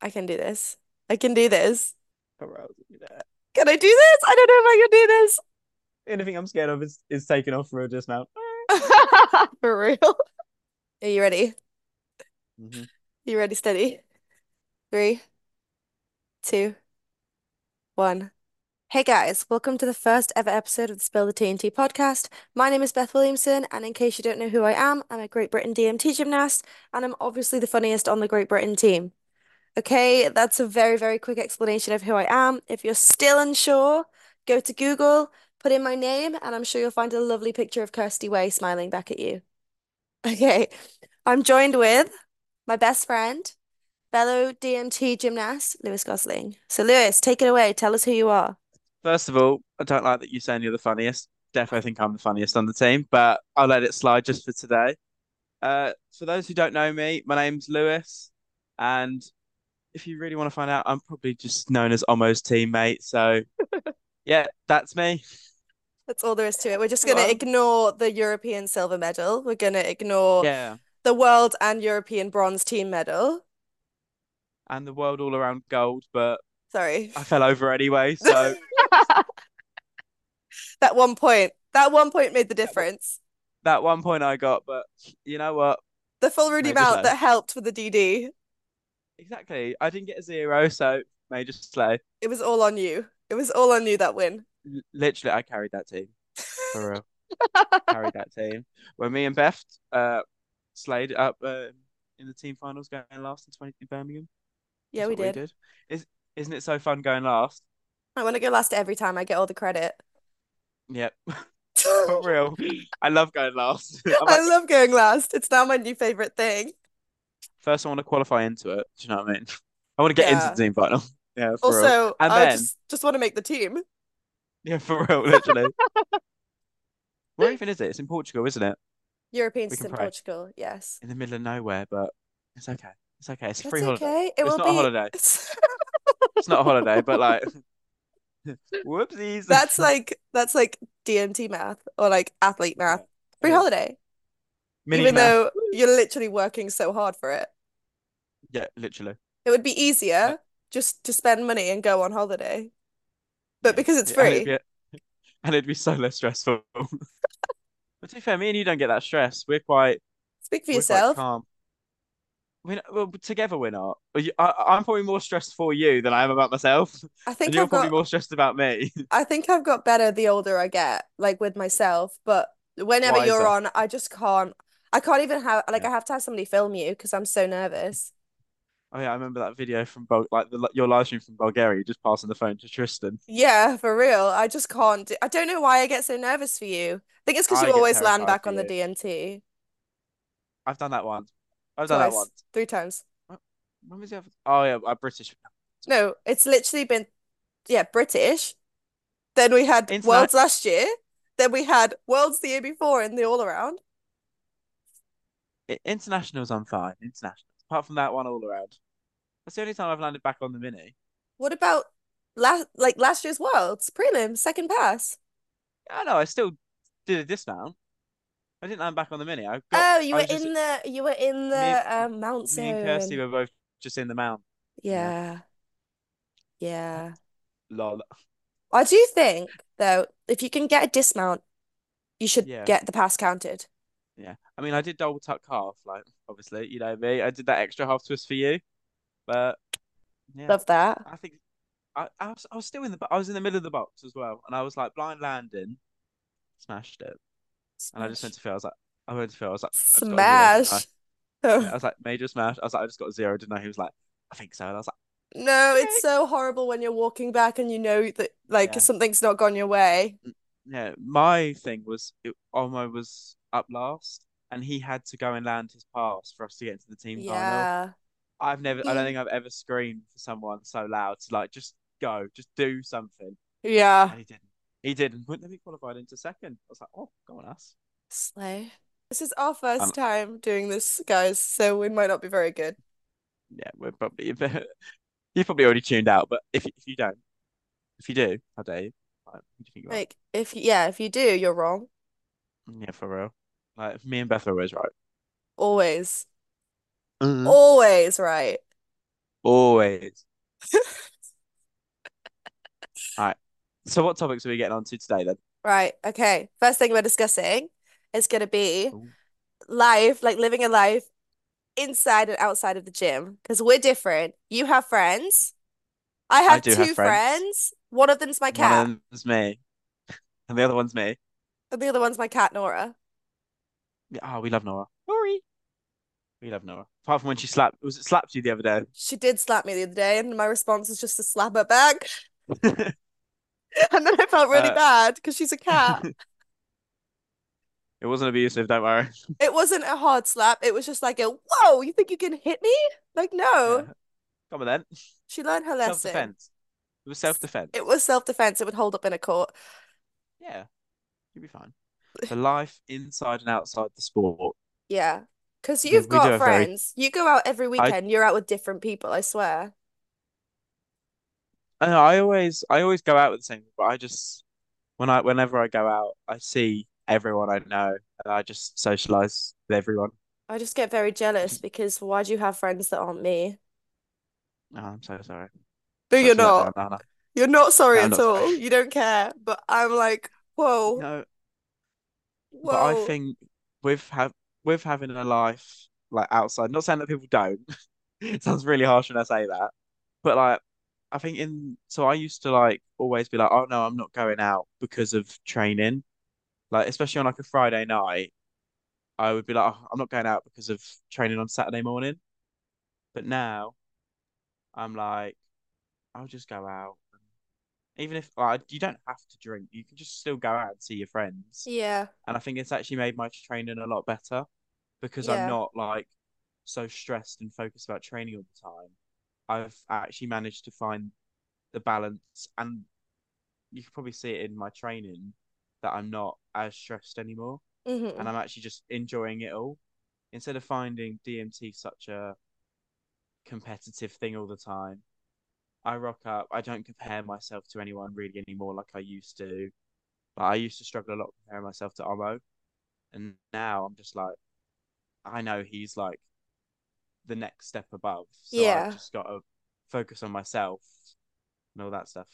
I can do this. I can do this. Corrals do that. Can I do this? I don't know if I can do this. Anything I'm scared of is, is taking off road just now. For real. Are you ready? Mhm. You ready, steady? Three, two, one. Hey guys, welcome to the first ever episode of the Spill the TNT podcast. My name is Beth Williamson, and in case you don't know who I am, I'm a Great Britain DMT gymnast, and I'm obviously the funniest on the Great Britain team. Okay, that's a very, very quick explanation of who I am. If you're still unsure, go to Google, put in my name, and I'm sure you'll find a lovely picture of Kirsty Way smiling back at you. Okay, I'm joined with my best friend, fellow DMT gymnast, Lewis Gosling. So, Lewis, take it away. Tell us who you are. First of all, I don't like that you're saying you're the funniest. Definitely think I'm the funniest on the team, but I'll let it slide just for today. Uh, for those who don't know me, my name's Lewis, and if you really want to find out, I'm probably just known as Omo's teammate. So, yeah, that's me. That's all there is to it. We're just Go going to on. ignore the European silver medal. We're going to ignore Yeah, the world and European bronze team medal. and the world all around gold, but Sorry. I fell over anyway. So, That one point, that one point made the difference. that one point I got, but you know what? The full Rudy Maybe Mount so. that helped with the DD. Exactly. I didn't get a zero, so major slay. It was all on you. It was all on you that win. L- literally, I carried that team. For real. carried that team. When me and Beth uh, slayed up uh, in the team finals, going last in 20 in Birmingham. Yeah, That's we what did. Is isn't it so fun going last? I want to go last every time. I get all the credit. Yep, for real. I love going last. I'm I like, love going last. It's now my new favorite thing. first, I want to qualify into it. Do you know what I mean? I want to get Yeah. into the team final. Yeah, for real. Also, And I then- just just want to make the team. Yeah, for real, literally. Where even is it? It's in Portugal, isn't it? Europeans We can in pray. Portugal, yes. In the middle of nowhere, but it's okay. It's okay. It's a That's free holiday. okay. It It's will not be a holiday. It's not a holiday, but like, whoopsies. that's like that's like DMT math or like athlete math. Free Yeah. holiday. Mini even math. though you're literally working so hard for it. Yeah, literally. It would be easier just to spend money and go on holiday. But Yeah. because it's Yeah, and it'd free, be- and it'd be so less stressful. but to be fair, me and you don't get that stress. We're quite speak for we're yourself. quite calm. We well, together we're not. Well, you- I, I'm probably more stressed for you than I am about myself, I and think you're I've probably got more stressed about me. I think I've got better the older I get, like with myself, but whenever you're Wiser. on, I just can't I can't even have like Yeah. I have to have somebody film you because I'm so nervous. Oh yeah, I remember that video from Bul- like the, li- your live stream from Bulgaria. You just passing the phone to Tristan. Yeah, for real. I just can't do I don't know why I get so nervous for you. I think it's because you I get always land terrified back for on the you. DMT. I've done that once. I've done that Twice. once. Three times. When was the other? Oh yeah, a British No, it's literally been, yeah, British. Then we had Interna- Worlds last year. Then we had Worlds the year before in the all around. I- internationals. I'm fine. Internationals. Apart from that one, all around. That's the only time I've landed back on the mini. What about last like last year's Worlds prelim second pass? I know. I still did a dismount. I didn't land back on the mini. I got. Oh, you I were was just- in the you were in the and- um, Mount me and Kirsty Zone. were both just in the mount. Yeah, yeah. Lol. I do think though, if you can get a dismount, you should Yeah. get the pass counted. Yeah. I mean, I did double tuck half. Like, obviously, you know me. I did that extra half twist for you, but yeah. Love that. I think I, I was I was still in the bo- I was in the middle of the box as well, and I was like blind landing, smashed it, and I just went to feel I was like I went to feel I was like I just got a zero, didn't Smash. I? Yeah, I was like major smash. I was like I just got a zero, didn't I? He was like I think so, and I was like No, it's Okay. so horrible when you're walking back and you know that like Yeah. something's not gone your way. yeah. My thing was it, Omo was up last, and he had to go and land his pass for us to get into the team final. Yeah. I've never I Yeah. don't think I've ever screamed for someone so loud to like just go, just do something, Yeah. and he didn't. He didn't. Wouldn't let me qualified into second. I was like, oh, go on us. Slay. This is our first time doing this, guys, so we might not be very good. yeah, we're probably you've probably already tuned out, but if if you don't, if you do, how dare you? Like, who do you think you are? Like if yeah, if you do, you're wrong. Yeah, for real. Like me and Beth are always right. Mm-hmm. Always. Always right. Always. please. All right. So, what topics are we getting onto today then? Right. Okay. First thing we're discussing is going to be Ooh. life, like living a life inside and outside of the gym, because we're different. You have friends. I I have do have two friends. friends. One of them's my One of cat, them's me, and the other one's me. and the other one's my cat, Nora. Yeah, Oh, we love Nora. Nori. We love Nora. Apart from when she slapped, was it slapped you the other day? She did slap me the other day, and my response was just to slap her back. And then I felt really uh, bad because she's a cat. it wasn't abusive, don't worry. It wasn't a hard slap. It was just like a, whoa, you think you can hit me? Like, Yeah, no. come on then. She learned her lesson. Self-defense. It was self-defense. It was self-defense. It would hold up in a court. Yeah, you'll be fine. So life inside and outside the sport. Yeah. Because We you've we do got have very. friends. You go out every I weekend. You're out with different people, I swear. I know, I always I always go out with the same, but I just when I whenever I go out, I see everyone I know, and I just socialize with everyone. I just get very jealous because why do you have friends that aren't me? Oh, I'm so sorry. No, you're Such a not. letdown, Anna. You're not No, sorry I'm at not sorry. all. You don't care. But I'm like, whoa, No, but I whoa. think with have with having a life like outside, not saying that people don't. It sounds really harsh when I say that, but like I think in so I used to like always be like, oh no, I'm not going out because of training. Like especially on like a Friday night, I would be like, oh, I'm not going out because of training on Saturday morning. But now I'm like, I'll just go out. Even if like, you don't have to drink, you can just still go out and see your friends. Yeah, And I think it's actually made my training a lot better because I'm yeah. not like so stressed and focused about training all the time. I've actually managed to find the balance, and you can probably see it in my training that I'm not as stressed anymore, hmm and I'm actually just enjoying it all instead of finding DMT such a competitive thing all the time. I rock up. I don't compare myself to anyone really anymore like I used to. Like, I used to struggle a lot comparing myself to Omo, and now I'm just like, I know he's like the next step above, so I've Yeah, just got to focus on myself and all that stuff.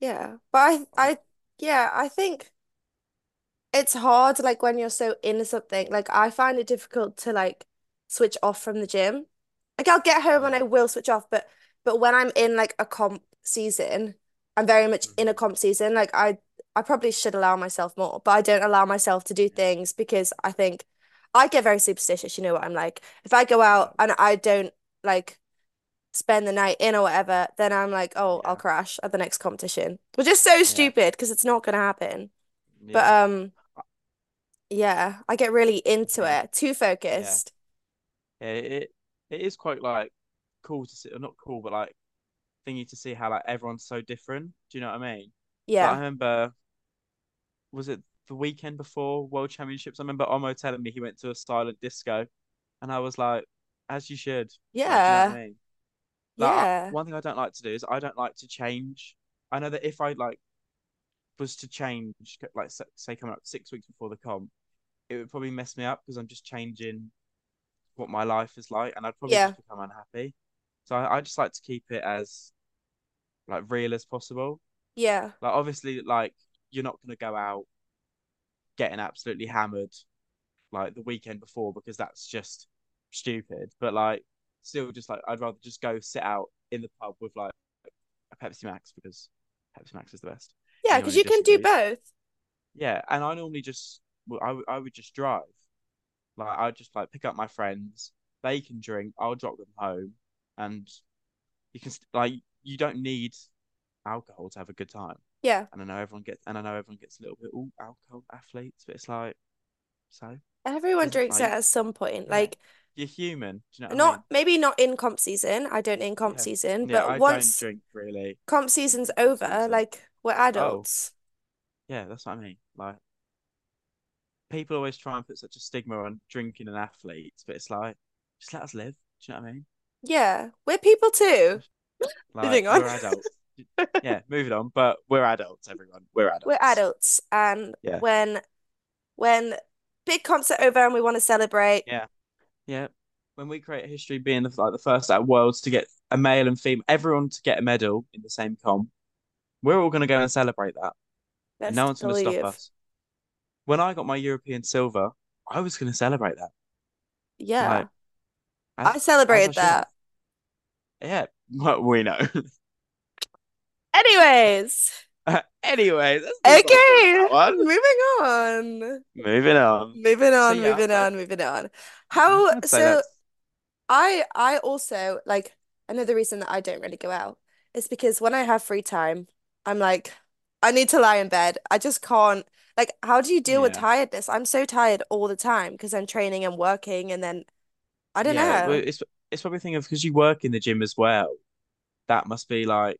yeah. But I I, I, yeah, I think it's hard, like when you're so into something. Like I find it difficult to like switch off from the gym. Like I'll get home and I yeah. will switch off, but but when I'm in like a comp season, I'm very much in a hmm comp season. Like I, I probably should allow myself more, but I don't allow myself to do Yeah. things because I think I get very superstitious. You know what I'm like. If I go Yeah. out and I don't like. spend the night in or whatever, then I'm like, oh, I'll Yeah. crash at the next competition, which is so Yeah. stupid because it's not gonna happen. But Yeah. um, I- yeah, I get really into Yeah. it, too Yeah. focused. Yeah. It it is quite like cool to see, or not cool, but like thingy to see how like everyone's so different. Do you know what I mean? Like I Yeah, remember, was it the weekend before World Championships? I remember Omo telling me he went to a silent disco, and I was like, as you should. Like, do you know what yeah, I mean? Like, I, yeah, one thing I don't like to do is I don't like to change. I know that if I like was to change, like s- say coming up six weeks before the comp, it would probably mess me up because I'm just changing what my life is like, and I'd probably yeah, just become unhappy. So I, I just like to keep it as like real as possible. yeah, Like obviously, like you're not gonna go out getting absolutely hammered like the weekend before because that's just stupid. But like still, just like I'd rather just go sit out in the pub with like a Pepsi Max because Pepsi Max is the best. yeah, Anyone because who you can do disagrees, both. yeah. And I normally just well, I would- I would just drive. Like I just like pick up my friends. They can drink. I'll drop them home, and you can st- like you don't need alcohol to have a good time. Yeah, And I know everyone gets and I know everyone gets a little bit oh alcohol athletes, but it's like so everyone there's drinks it like at some point. yeah Like, you're human. Do you know what I not mean? maybe not in comp season. I don't in comp Yeah, season, yeah. but I don't once drink really comp in season's comp over, season. like we're Oh adults. yeah, that's what I mean. Like people always try and put such a stigma on drinking and athletes, but it's like just let us live. Do you know what I mean? Yeah, we're people too. Like Moving on. we're adults. Yeah, moving on, but we're adults, everyone. We're We're adults, adults. and Yeah, when when big comps are over and we want to celebrate, yeah, yeah. when we create history being the, like the first at worlds to get a male and female everyone to get a medal in the same comp we're all going to go and celebrate that Best no one's going to believe. stop us when i got my european silver i was going to celebrate that Yeah. Like, as, I celebrated should have. that. yeah well, we know Anyways, anyway let's move on from okay, that one. moving on. moving on Moving So, on, yeah, moving I'd- on, moving on. I'd How, I'd say Oh, so that's I I also like another reason that I don't really go out is because when I have free time, I'm like, I need to lie in bed. I just can't like how do you deal with yeah tiredness? I'm so tired all the time because I'm training and working and then I don't yeah well, know. it's it's probably a thing of because you work in the gym as well that must be like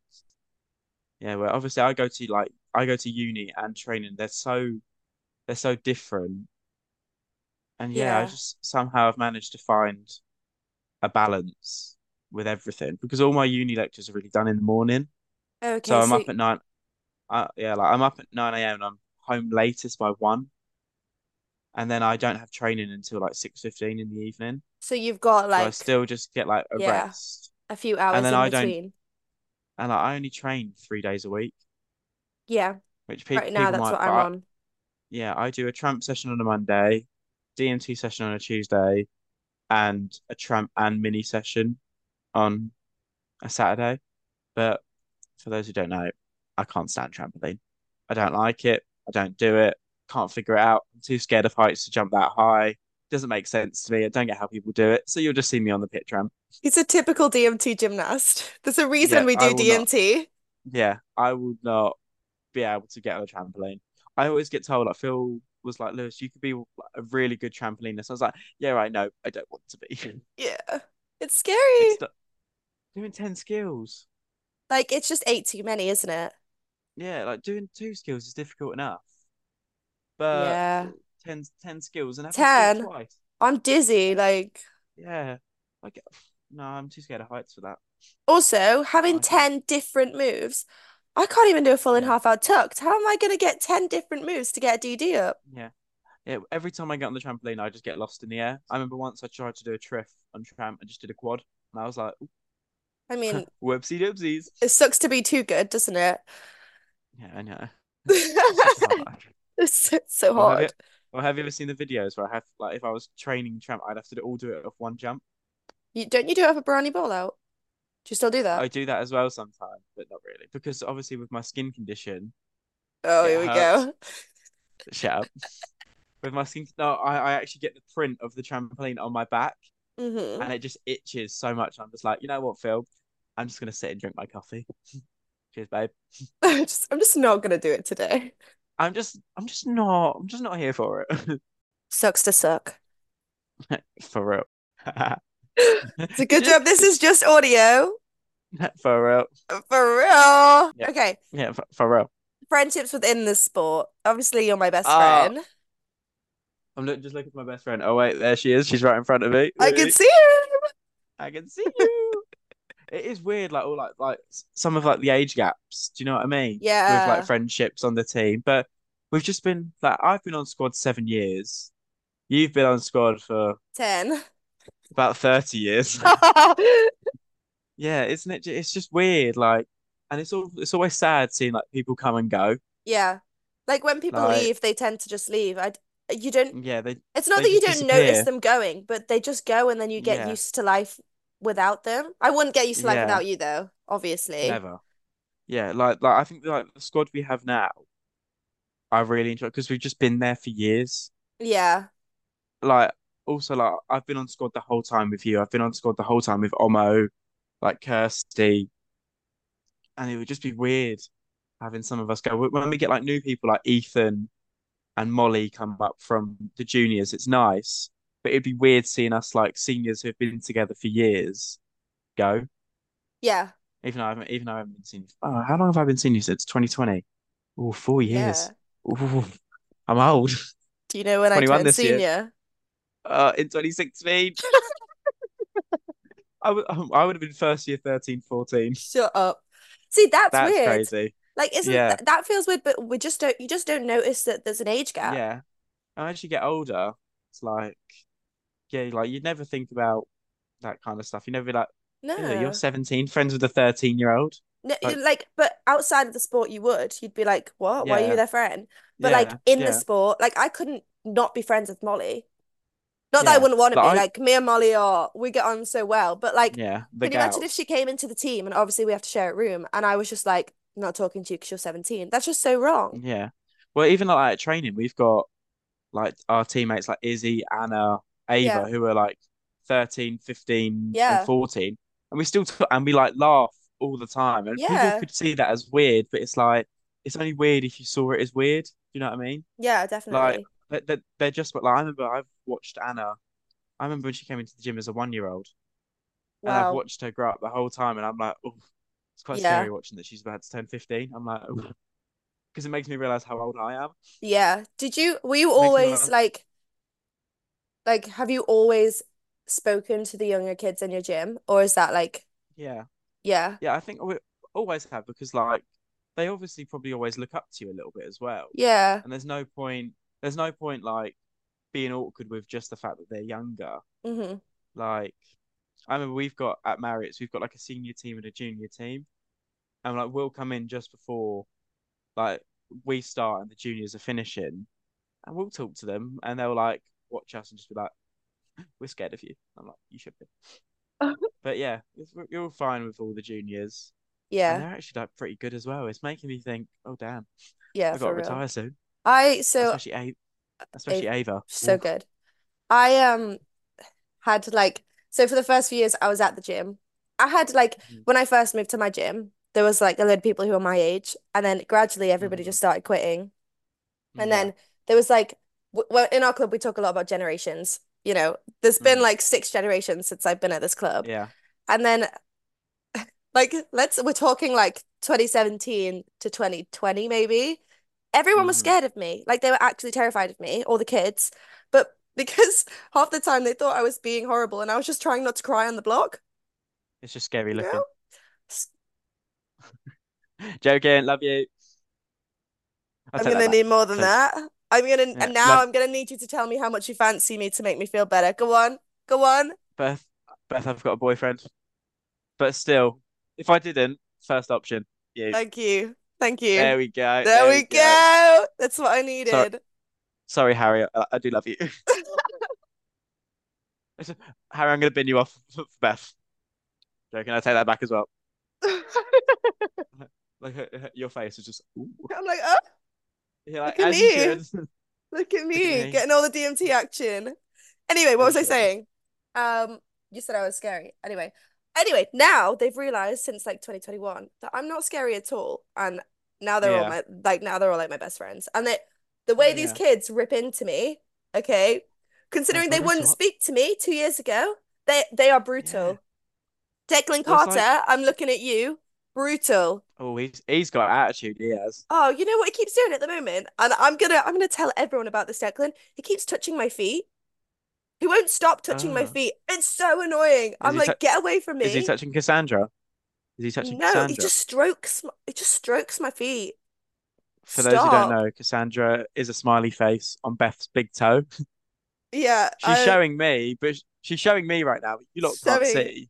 Yeah, well, obviously I go to like I go to uni and training. They're so they're so different. And yeah, I Yeah. just somehow I've managed to find a balance with everything because all my uni lectures are really done in the morning. So Okay, I'm so up at nine. Uh, yeah, like I'm up at nine a.m. and I'm home latest by one, and then I don't have training until like six fifteen in the evening. so you've got So I like still just get like a yeah, rest, a few and hours then in I don't between. and like, I only train three days a week, Yeah, which pe right now people that's might, what but I'm I, on. Yeah, I do a tramp session on a Monday, DMT session on a Tuesday, and a tramp and mini session on a Saturday. But for those who don't know, I can't stand trampoline. I don't like it. I don't do it. Can't figure it out. I'm too scared of heights to jump that high. Doesn't make sense to me. I don't get how people do it. So you'll just see me on the pit tramp. He's a typical DMT gymnast. There's a Yeah, reason we I do will not. DMT. Yeah, I will not be able to get on a trampoline. I always get told, like Phil was like, Lewis, you could be a really good trampolinist. I was like, yeah, I know. I don't want to be. Yeah. It's It's scary. not doing 10 skills. Like it's just eight too many, isn't it? Yeah, like doing two skills is difficult enough, but Yeah. 10, 10 skills and having to do it 10. twice. I'm dizzy. Like, Yeah. Like, no, I'm too scared of heights for that. also, Not having my thing. 10 different moves, I can't even do a full and Yeah. half out tucked. How am I going to get 10 different moves to get a DD up? Yeah. Yeah. Every time I get on the trampoline, I just get lost in the air. I remember once I tried to do a triff on tramp and just did a quad, and I was like, I mean, whoopsie doopsies. it sucks to be too good, doesn't it? Yeah, I know. It's It's such a hard life. so so Or have you, hard. or have you ever seen the videos where I have like if I was training tramp, I'd have to do, all do it off one jump. You don't you do have a brownie ball out? Do you still do that? I do that as well sometimes, but not really because obviously with my skin condition, Oh, it here we hurts. go. Shut up. With my skin, no, I, I actually get the print of the trampoline on my back, hmm and it just itches so much. I'm just like, you know what, Phil? I'm just gonna sit and drink my coffee. Cheers, babe. I'm just, I'm just not gonna do it today. I'm just, I'm just not, I'm just not here for it, Sucks to suck. for real. So good Just job. This is just audio. for real. For real. Yeah, Okay. yeah, for, for real. Friendships within the sport. Obviously, you're my best Oh, friend. I'm look, just looking for my best friend. Oh wait, there she is. She's right in front of me. I can see him. I can see you. It is weird, like all like like s- some of like the age gaps. Do you know what I mean? With Yeah. like friendships on the team, but we've just been like I've been on squad seven years. You've been on squad for 10. about thirty years. Yeah, isn't it? ju- It's just weird, like, and it's all it's always sad seeing like people come and go. Yeah. Like when people Like, leave, they tend to just leave. I, you don't, yeah, they it's not they that you just don't notice disappear. them going, but they just go and then you get Yeah, used to life without them. I wouldn't get used to life yeah, without you, though, obviously. never. Yeah, like like I think like the squad we have now, I really enjoy because we've just been there for years. Yeah. like also like I've been on squad the whole time with you. I've been on squad the whole time with Omo, like Kirsty, and it would just be weird having some of us go. When we get like new people like Ethan and Molly come up from the juniors, it's nice, but it'd be weird seeing us like seniors who've been together for years go. Yeah. Even though I haven't, even though I haven't been senior. Oh, how long have I been senior since 2020? Oh, four years. Yeah. Ooh, I'm old. Do you know when I 21 turned this year. senior? Uh, in 2016. I would um, I would have been first year 13, 14. Shut up. See, that's That's weird. crazy. Like, isn't Yeah, th that feels weird, but we just don't, you just don't notice that there's an age gap. yeah. And as you get older, it's like, yeah, like you'd never think about. that kind of stuff. You never be like, No. you know, you're 17, friends with a 13 year old. No, Like- you- like, but outside of the sport, you would. You'd be like, "What? Why are you Yeah. their friend?" But like in the sport, like I couldn't not be friends with Molly. Not that I Yeah. wouldn't want to But be. I- Like me and Molly are we get on so well. But like, yeah, the can you imagine if gals. she came into the team and obviously we have to share a room and I was just like, "Not talking to you because you're 17." That's just so wrong. Yeah. Well, even like at training, we've got like our teammates like Izzy, Anna, Ava, Yeah. who are like 13, 15, Yeah. and 14. And we still, t- and we like laugh all the time. And Yeah. people could see that as weird, but it's like, it's only weird if you saw it as weird. Do you know what I mean? Yeah, definitely. That that they're just, but like, I remember I've watched Anna. I remember when she came into the gym as a one year old, and I've Wow. watched her grow up the whole time, and I'm like, oh, it's quite Yeah. scary watching that she's about to turn 15. I'm like, because it makes me realize how old I am. Yeah. Did you, were you me always laugh. like, like, have you always spoken to the younger kids in your gym? Or is that like, Yeah. yeah, Yeah, I think we always have because like they obviously probably always look up to you a little bit as well. yeah, And there's no point there's no point like being awkward with just the fact that they're younger. hmm Like I remember we've got at Marriott's we've got like a senior team and a junior team. And like we'll come in just before like we start and the juniors are finishing and we'll talk to them and they'll like watch us and just be like, We're scared of you. I'm like, You should be. But yeah, it's, you're all fine with all the juniors. And Yeah, they're actually like pretty good as well. It's making me think, oh damn, yeah, I've got to for real. retire soon. I, so, Especially Ava, especially Ava. so Oof. good. I, um, had like so for the first few years I was at the gym. I had like Mhm. when I first moved to my gym, there was like a load of people who were my age, and then gradually everybody just Mhm. started quitting. And Yeah. then there was like w well in our club we talk a lot about generations. You know, there's been Mm. like six generations since I've been at this club. Yeah. And then like let's we're talking like 2017 to 2020 maybe. Everyone was Mhm. scared of me. Like they were actually terrified of me, all the kids. But because half the time they thought I was being horrible and I was just trying not to cry on the block, It's just scary you looking. know? S- Joking. Love you. I'll I'm take that gonna back. need more than Thanks. that. I'm gonna Yeah. and now Love I'm gonna need you to tell me how much you fancy me to make me feel better. Go on. Go on. Beth. Beth, I've got a boyfriend. But still, if I didn't, first option, you. Thank you. Thank you. There we go. There There we we go. go. That's what I Sorry, needed. sorry, Harry. I, I do love you. Harry, I'm gonna bin you off for Beth. Joking. I'll take that back as well. Like her, her- your face is just. Ooh. I'm like, oh, You're like, look at as you me. should. Look at Look at me me, getting all the DMT action. Anyway, what was as I you should. saying? Um, you said I was scary. Anyway, anyway, now they've realized since like 2021 that I'm not scary at all, and now they're all Yeah, my like now they're all like my best friends, and they the way these yeah. kids rip into me, okay, They're considering they wouldn't brutal. speak to me two years ago, they they are Yeah. brutal. Declan Well, it's like, Carter, I'm looking at you, brutal. oh, he's he's got attitude. He has. Oh, you know what he keeps doing at the moment? And I'm gonna I'm gonna tell everyone about this, Declan. He keeps touching my feet. He won't stop touching my Oh, feet. It's so annoying. is I'm he? tou like, get away from is he me. touching Cassandra? Is he touching No, he Cassandra? just strokes my, he just strokes my feet. For those who don't Stop. know, Cassandra is a smiley face on Beth's big toe. Yeah, uh, She's I showing me, but sh- she's showing me right now. But you lot can't sorry. see.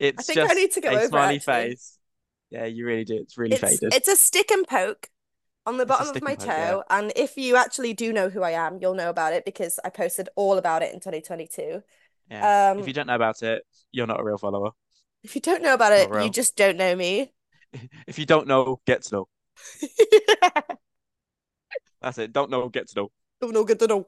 I It's think I just need to go a over it smiley actually. face. Yeah, you really do. It's really It's faded. it's a stick and poke on the It's a bottom of stick my and poke. Yeah. toe. And if you actually do know who I am, you'll know about it because I posted all about it in 2022. Yeah. If Um, you don't know about it, you're not a real follower. if you don't know about Not it, you real. just don't know me. If you don't know, get to know. That's it. Don't know, get to know. Don't know, good to know. Don't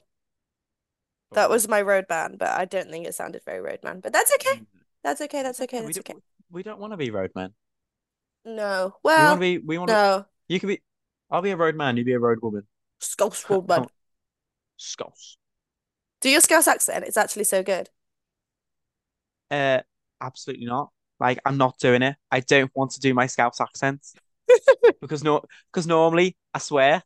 That know. was my roadman, but I don't think it sounded very roadman. But that's okay. Mm. That's okay. It's That's okay. okay. We That's don't okay. we don't want to be roadmen. No. We want to Well, be we want to no. you could be I'll be a roadman, you be a road woman. Scouse roadman. Come on. Scots. Do your Scouse accent. It's actually so good. Uh absolutely not. Like I'm not doing it. I don't want to do my Scouse accent because no because normally I swear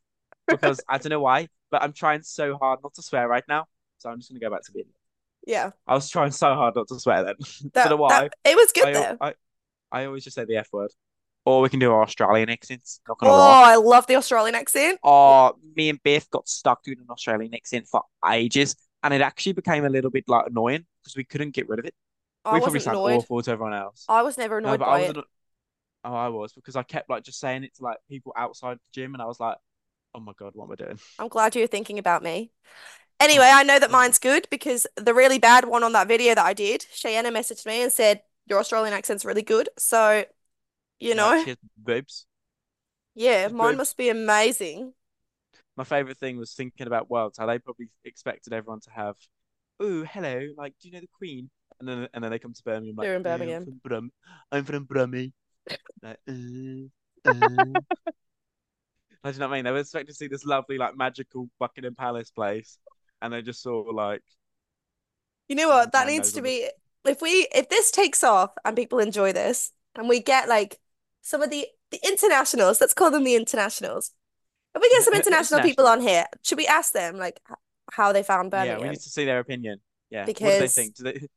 because I don't know why, but I'm trying so hard not to swear right now. So I'm just gonna go back to being Yeah. I was trying so hard not to swear then. That don't know that why. it was good I though. al- I I always just say the F word. Or we can do our Australian accents, not gonna lie. Oh, I love the Australian accent. Oh, me and Beth got stuck doing an Australian accent for ages, and it actually became a little bit like annoying because we couldn't get rid of it. I we probably wasn't sound annoyed. awful to everyone else. I was never No, annoyed but by I was. it. An... Oh, I was because I kept like just saying it to like people outside the gym, and I was like, "Oh my god, what am I doing?" I'm glad you were thinking about me. Anyway, Oh, I know that oh. mine's good because the really bad one on that video that I did, Cheyenna messaged me and said, Your Australian accent's really good. So, you I'm like, know, "Cheers, boobs, yeah, cheers, mine boobs." must be amazing. My favorite thing was thinking about worlds, how they probably expected everyone to have, "Ooh, hello, like, do you know the Queen?" And then and then they come to Birmingham like, They're in "Hello, I'm Birmingham. from Brum, I'm from Brummy." Like, uh, uh. Like, do you know what I mean? They were expecting to see this lovely, like, magical Buckingham Palace place, and they just saw like You know mm, what? That needs randos to on the. be if we if this takes off and people enjoy this and we get like some of the the internationals, let's call them the internationals. If we get some international people on Internationals. here, should we ask them like h- how they found Yeah, we need Birmingham? to see their opinion. Yeah, what did they Because think? Did they,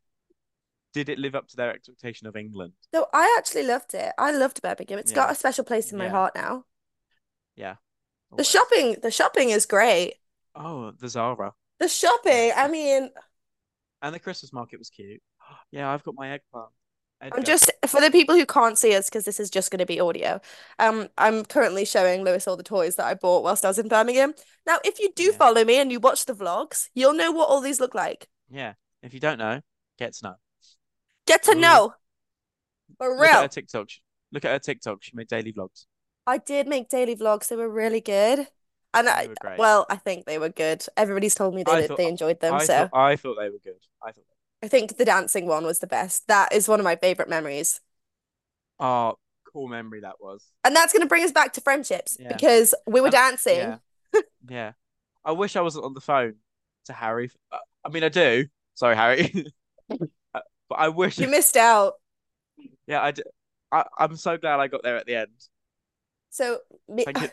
did it live up to their expectation of England? so I actually loved it. I loved Birmingham. It's got Yeah, a special place in my yeah, heart now. yeah, The always. shopping, the shopping is great. Oh, the Zara. The Yeah, shopping, I the, mean, and the Christmas market was cute. Yeah, I've got my eggplant, I'm Edgar. just for the people who can't see us because this is just going to be audio. Um, I'm currently showing Lewis all the toys that I bought whilst I was in Birmingham. Now, if you do Yeah, follow me and you watch the vlogs, you'll know what all these look like. yeah. If you don't know, get to know. Get to Ooh, know for Mm. look at her real. TikTok. She- Look at her TikTok. She made daily vlogs, I did make daily vlogs; they were really good, and and they I, were great. well, I think they were good. Everybody's told me they I did, thought, they enjoyed them, I thought, so I thought they were good. I thought. I think the dancing one was the best. That is one of my favorite memories. Oh, cool memory that was. And that's going to bring us back to friendships Yeah, because we were and dancing. yeah, yeah. I wish I wasn't on the phone to Harry. Uh, I mean, I do. Sorry, Harry. Uh, But I wish. You missed out. Yeah, I do. I, I'm so glad I got there at the end. So me- Thank you.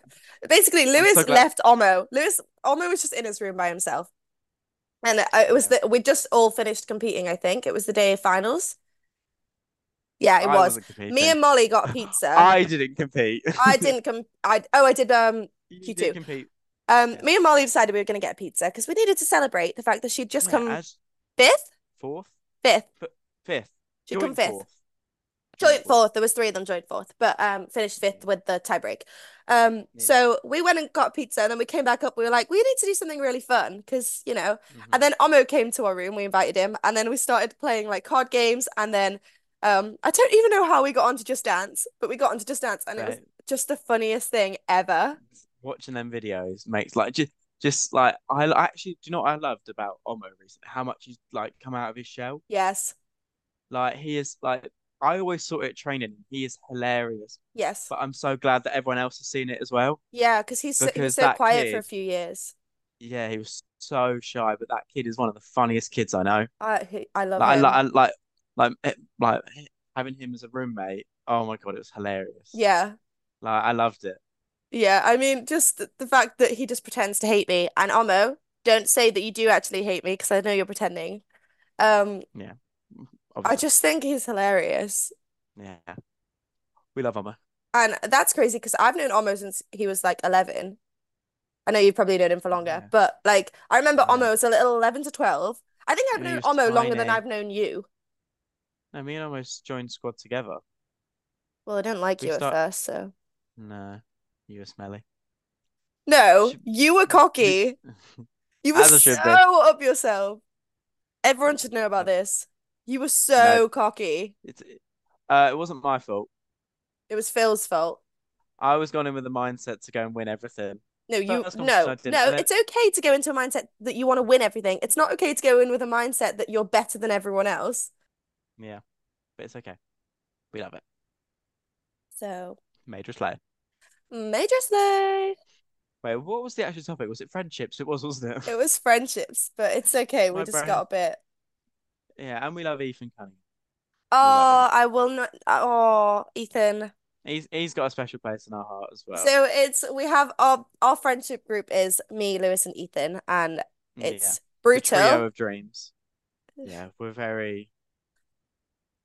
basically, I'm so Lewis glad. left Omo. Lewis Omo was just in his room by himself, and uh, it was Yeah, the we just all finished competing. I think it was the day of finals. Yeah, it I was. wasn't Me competing. and Molly got pizza. I didn't compete. I didn't come. I oh, I did. Um, You didn't Q2. compete. Um, Yeah, me and Molly decided we were going to get a pizza because we needed to celebrate the fact that she'd just yeah. come As fifth. fourth, Fifth. F- fifth, She'd come joint fifth. fourth, joint Joint fourth. fourth. There was three of them joint fourth, but um, finished Yeah, fifth with the tiebreak. Um, yeah. so we went and got pizza, and then we came back up. We were like, we need to do something really fun because you know. And hmm then Omo came to our room. We invited him, and then we started playing like card games. And then um, I don't even know how we got onto Just Dance, but we got onto Just Dance, and it was But just the funniest thing ever. watching them videos makes like just just like I I actually do you know what I loved about Omo recently? How much he's like come out of his shell. Yes, Like he is like I always thought it training. He is hilarious, yes, but I'm so glad that everyone else has seen it as well yeah. Because he's so, he was because so that quiet for a kid, few years. yeah, he was so shy, but that kid is one of the funniest kids I know. I he- I love Like I like him. I, like like eh, like eh, having him as a roommate. Oh my god, it was hilarious. Yeah. Like I loved it. Yeah, I mean, just th- the fact that he just pretends to hate me. And Omo, don't say that you do actually hate me because I know you're pretending. Um, Yeah, I obviously. just think he's hilarious. Yeah, we love Emma. And that's crazy because I've known Omo since he was like 11. I know you've probably known him for longer, Yeah, but like I remember yeah. Omo was a little 11 to 12. I think I've And he known was Omo longer than I've tiny. known you. No, me and almost joined squad together. Well, I didn't like We you at start. first, so. No, you were smelly. No, Should you were we? cocky. You were As I should be. so up yourself. Everyone should know about this. You were No, so cocky. it's uh, it wasn't my fault. It was Phil's fault. I was going in with the mindset to go and win everything. No, you First competition no, I didn't, no, and then it's okay to go into a mindset that you want to win everything. It's not okay to go in with a mindset that you're better than everyone else. yeah, but it's okay. We love it. So, Major slay. Major Slay. Wait, what was the actual topic? Was it friendships? It was, wasn't it? It was friendships, but it's okay. We My just got brain. a bit. Yeah, and we love Ethan Cunningham. We love him. Oh, I will not. Oh, Ethan. He's he's got a special place in our heart as well. So it's we have our our friendship group is me, Lewis, and Ethan, and Yeah, it's the trio brutal. of dreams. Yeah, we're very.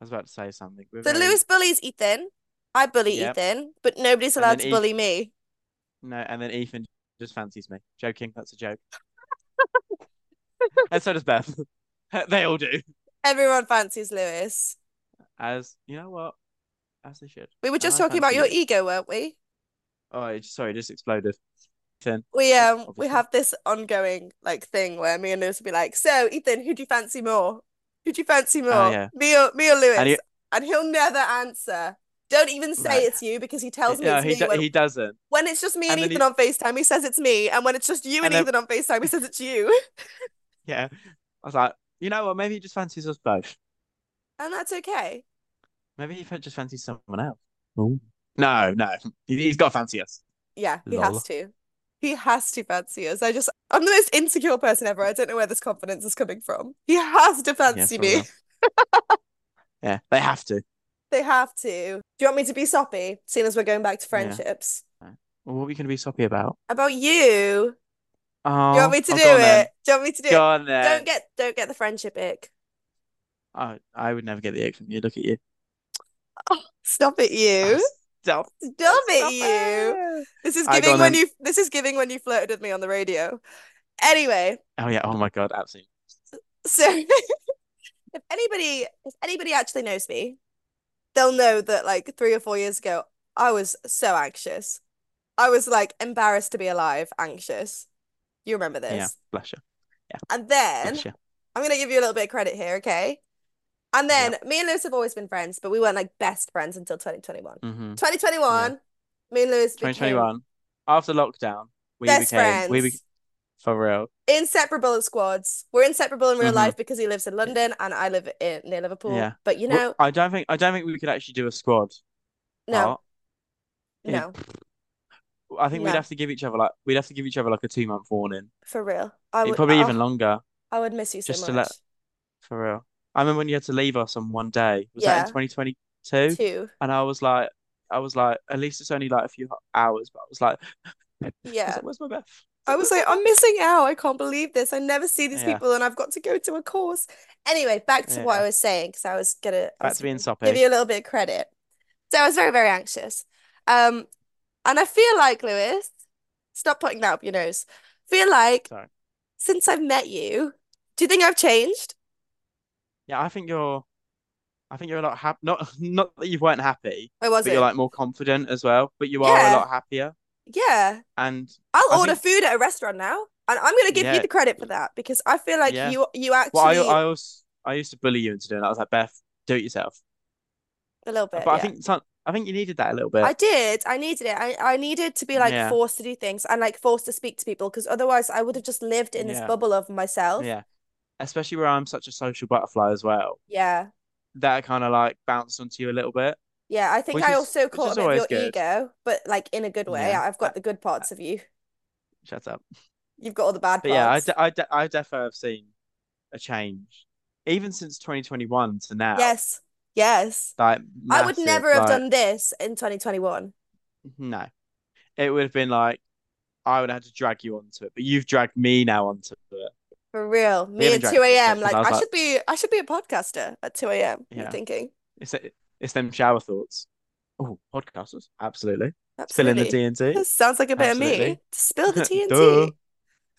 I was about to say something. We're So Lewis very. bullies Ethan. I bully Yep. Ethan, but nobody's And allowed to then E Ethan. bully me. No, and then Ethan just fancies me. Joking. That's a joke. And so does Beth. They all do. Everyone fancies Lewis. As you know what? As they should. We were just I talking about fancy your it. ego, weren't we? Oh, it, sorry, it just exploded. Then We ob- um we obviously. have this ongoing like thing where me and Lewis will be like, so Ethan, who do you fancy more? Who do you fancy Oh more? yeah. Me or me or And Lewis? he And he'll never answer. Don't even say right. it's you because he tells me No, it's he me do- when he doesn't. when it's just me and And then Ethan he on FaceTime, he says it's me. And when it's just you and and then Ethan on FaceTime, he says it's you. yeah. I was like, you know what? Maybe he just fancies us both. And that's okay. Maybe he fa- just fancies someone else. Ooh. No, no. He, he's got to fancy us. Yeah, he has Lol. to. He has to fancy us. I just, I'm the most insecure person ever. I don't know where this confidence is coming from. He has to Yeah, fancy for me. real. Yeah, they have to. They have to. Do you want me to be soppy, seeing as we're going back to Yeah. friendships? Right. Well, what are we going to be soppy about? About you. Do you want Oh, me to do oh, go on it? then. Do you want me to do Go it? on Don't then. get, don't get the friendship ick. Oh, I would never get the egg from you. Look at you. Oh, stop it, Oh, you. Stop stop it, it. Stop you. it. This is I go giving on when then. you, this is giving when you flirted with me on the radio. Anyway, Oh, yeah. Oh, my God. Absolutely. so if anybody, if anybody actually knows me, they'll know that like three or four years ago, I was so anxious. I was like embarrassed to be alive, anxious. You remember Yeah. this. Bless you. Yeah. And then Bless you. I'm gonna give you a little bit of credit here, okay? And Yeah. then me and Lewis have always been friends, but we weren't like best friends until 2021. Mm-hmm. Yeah. 2021, me and Lewis became 2021. After lockdown, we best became, we be friends, for real. inseparable as squads. We're inseparable in real Mm-hmm. life because he lives in London and I live in near Liverpool. Yeah. But you Well, know, I don't think I don't think we could actually do a squad no, part. It, no, I think we'd no, have to give each other like we'd have to give each other like a two month warning. for real. I It would, probably even oh, longer, I would miss you so just to let much. for real. I remember when you had to leave us on one day. Was that in Yeah, 2022? two. And I was like, I was like, at least it's only like a few ho- hours. But I was like, I was Yeah. like, where's my Beth? I I was was like, where's my like, I'm Beth? missing out. I can't believe this. I never see these Yeah, people and I've got to go to a course. Anyway, back to what I yeah. was saying, because I was gonna, I Back was to being gonna give you soppy. a little bit of credit. So I was very, very anxious. Um, and I feel like, Lewis, stop putting that up your nose. Feel like Sorry. since I've met you, do you think I've changed? Yeah, I think you're. I think you're a lot happy. Not not that you weren't happy, I but you're wasn't. like more confident as well. But you are a Yeah, lot happier, yeah. and I'll I order think food at a restaurant now, and I'm gonna give you yeah, the credit for that because I feel like yeah. you you Well, I actually I was I used to bully you into doing that. I was like, Beth, do it yourself. a little bit, But I yeah. think some, I think you needed that a little I bit. did. I needed it. I, I needed to be like Yeah, forced to do things and like forced to speak to people because otherwise I would have just lived in this yeah, bubble of myself. yeah. Especially where I'm such a social butterfly as well. Yeah. That kind of like bounced onto you a little bit, Yeah. I think which I is also which caught a is bit of always your good. ego, but like in a good way. Yeah. I've I, got the good I, parts of you. shut up. You've got all the bad But yeah, I parts. de I de I definitely have seen a change, even since 2021 to now. Yes. Yes. Like I would massive, never have like done this in 2021. no, it would have been like I would have had to drag you onto it, but you've dragged me now onto it. For real. We Me haven't at dragged 2 each a.m. other because Like I was I like, should be I should be a podcaster at 2 a.m. I'm yeah, thinking. it's it's them shower thoughts. Oh, podcasters, absolutely. Spill in the Absolutely. TNT, Sounds like a bit of me. absolutely. Spill the Duh, TNT.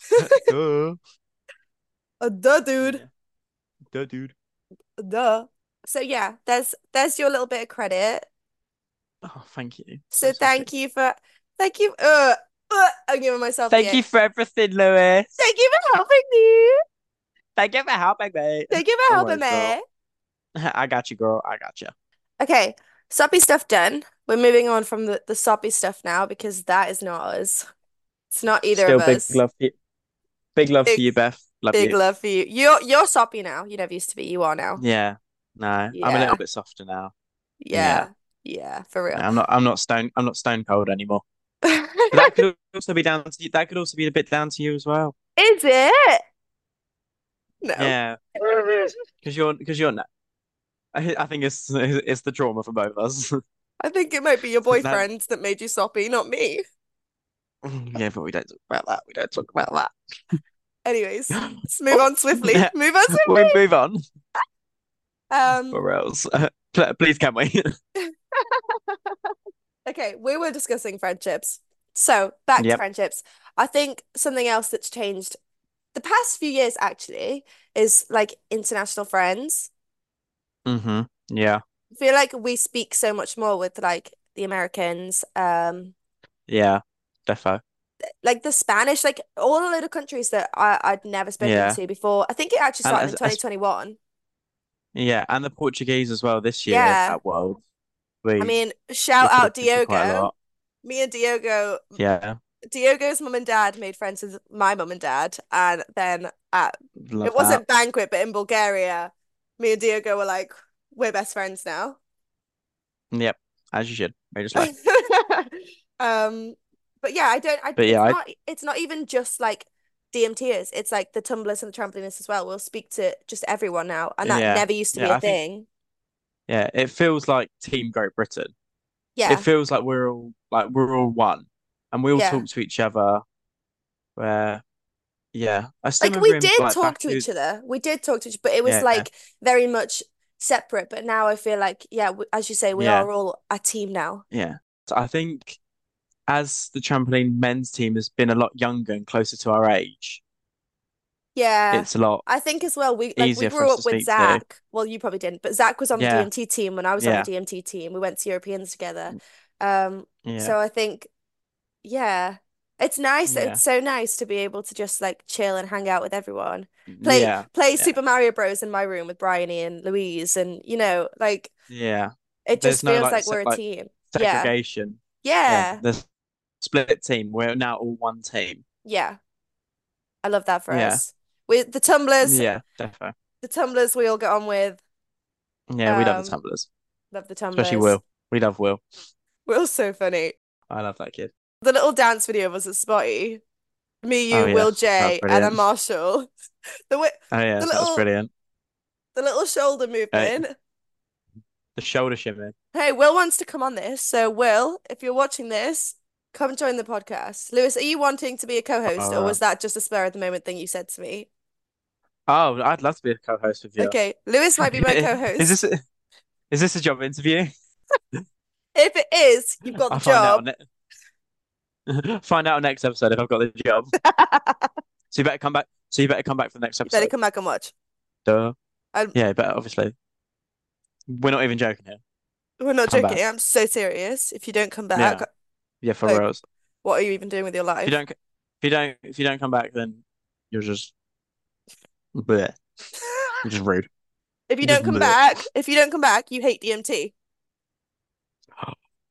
duh. Uh, duh, dude. Yeah, duh, dude. Duh. So yeah, there's there's your little bit of credit. Oh, thank you. So So sweet. thank you for thank you. Uh, uh, I'm giving myself the Thank you ick. for everything, Lewis. Thank you for helping me. Thank you for helping me. Thank you for No helping worries, girl. me. I got you, girl. I got you. Okay, soppy stuff done. We're moving on from the, the soppy stuff now because that is not us. It's not either of Still big us. love for you. Big love for Big you, Beth. Love big you. love for you. You're you're soppy now. You never used to be. You are now. Yeah. No, I'm a little Yeah. bit softer now. Yeah. Yeah. Yeah, for real. I'm not I'm not stone I'm not stone cold anymore. But that could also be down to you. That could also be a bit down to you as well. Is it? No. Yeah. Because you're because you're not. I, I think it's it's the trauma for both of us. I think it might be your That boyfriend that made you soppy, not me. yeah, but we don't talk about that. We don't talk about that. Anyways, let's move Oh, on swiftly. Move on we swiftly. move on. Um, Or else, please can we? okay, we were discussing friendships. So back to Yep. friendships. I think something else that's changed. the past few years actually is like international friends. Mm-hmm. Yeah. I feel like we speak so much more with like the Americans, um, Yeah. Defo. like the Spanish, like all the little countries that I I'd never spoken Yeah. to before. I think it actually And started in as, as 2021. yeah, and the Portuguese as well this year Yeah. at World. I We mean, we shout could have out been to quite a Diogo. lot. Me and Diogo, Yeah. Diogo's mum and dad made friends with my mum and dad, and then at it Love that. wasn't banquet, but in Bulgaria, me and Diogo were like, we're best friends now. Yep. As you should. Made us laugh. Um, but yeah, I don't, I, But yeah, it's I not, it's not even just like DMTers. It's like the tumblers and the trampolinists as well. We'll speak to just everyone now, and that yeah. never used to be Yeah, a I think thing. yeah, it feels like Team Great Britain. It Yeah, feels like we're all like we're all one and we all yeah. talk to each other where yeah. I still Like we remember him did like talk back to to each other. We did talk to each, but it was yeah, like very much separate. But now I feel like, yeah, w as you say, we yeah, are all a team now. yeah. So I think as the trampoline men's team has been a lot younger and closer to our age, Yeah. it's a lot I think as well, we like we easier for us grew to up with speak to. Zach. Well, you probably didn't, but Zach was on the Yeah, DMT team when I was on the yeah, Mm. DMT team. We went to Europeans together. Um, yeah, so I think, yeah, it's nice. yeah, It's so nice to be able to just like chill and hang out with everyone. Play yeah, play yeah, Super Mario Bros. in my room with Bryony and Louise, and you know, like yeah. it There's just no feels like like se we're a like team. Yeah. segregation. Yeah, Yeah. the split team. We're now all one team. Yeah. I love that for Yeah, us. With the tumblers, yeah, definitely. the tumblers we all get on with. Yeah, we love the Um, tumblers, love the especially tumblers. Will. We love Will. We're all so funny. I love that kid. The little dance video was at Spotty. Me, Oh you, yeah, Will that was J, and a brilliant. Marshall. The wi- Oh the yeah, that was little brilliant. the little shoulder Uh, movement. the shoulder shimmy. Hey, Will wants to come on this, so Will, if you're watching this, come join the podcast. Lewis, are you wanting to be a co-host, or Uh, was that just a spur of the moment thing you said to me? oh, I'd love to be a co-host with you. Okay, Lewis might be my Is this co-host. a- is this a job interview? If it is, you've got the I'll find out job. on it. Find out on next episode if I've got the job. So you better come back. So you better come back for the next You better episode. come back and watch. Duh. I'm, Yeah, but obviously we're not even joking here. we're not Come joking. back. I'm so serious. If you don't come back, Yeah, yeah, for like, reals. what are you even doing with your If life? you don't, c- if you don't, if you don't come back, then you're just bleh. You're just rude. If you You're just don't come bleh. back, if you don't come back, you hate DMT.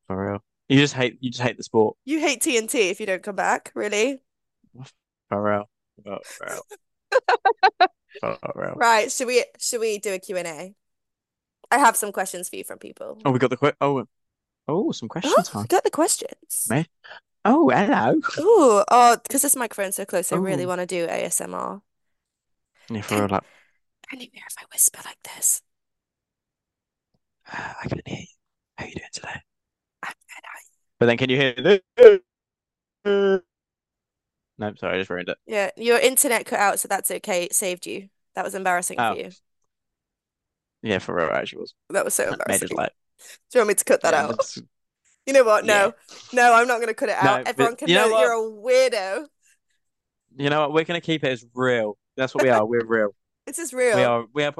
For real. You just hate. You just hate the sport. You hate TNT if you don't come back, really? For real. For real. For real. Right, should we should we do a Q&A? I have some questions for you from people. Oh, we got the quick. Oh, oh, some questions Oh, we time, got the questions. mate. Oh, hello. Ooh, oh, because this microphone's so close, I really Oh, want to do ASMR. yeah, for Can real. Like, can you hear if I whisper like this? I can hear you. How you doing today? I'm But then, can you hear this? No, sorry, I just ruined it. Yeah, your internet cut out, so that's okay. It saved you. That was embarrassing for Oh, you. yeah, for real, it actually was. That was so Made embarrassing. us Do like, you want me to cut that yeah, out? let's, You know what? yeah. No, no, I'm not going to cut it out. No, but Everyone can you know know that you're a what? weirdo. You know what? We're gonna keep it as real. That's what we are. We're real. This is We real. are. We are.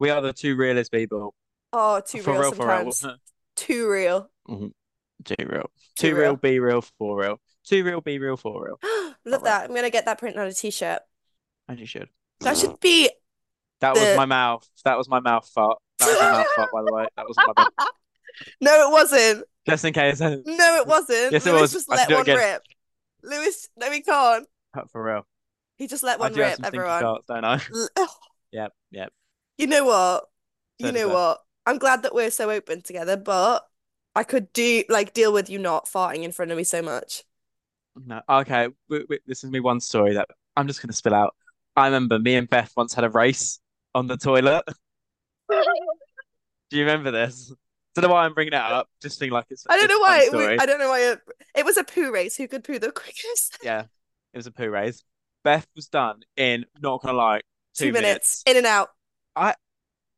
We are the two realest people. Oh, too For real real. For real. sometimes. Too real. Mhm. Too real. Too Too real. real. Be real. For real. Too real. Be real. For real. For Love real. that. I'm gonna get that print on a t-shirt. As you should. That should be That was the my mouth. That was my mouth fart. That was my mouth fart, by the way. That wasn't my bum. No, it wasn't. Just in case. No, it wasn't. Yes, it Lewis was. just I let should do it one again. rip. Lewis, no, he can't. For real. He just let I one do have rip, some stinky everyone. farts, don't I? L- oh, Yep. Yep. You know what? You So does know I. what? I'm glad that we're so open together, but I could do like deal with you not farting in front of me so much. No. Okay. W w this is me one story that I'm just gonna spill out. I remember me and Beth once had a race on the toilet. Do you remember this? Don't know why I'm bringing it up. Just think like it's I don't it's know a fun why we, story. I don't know why it, it was a poo race. Who could poo the quickest? Yeah, it was a poo race. Beth was done in not gonna lie, Two two minutes minutes. in and out. I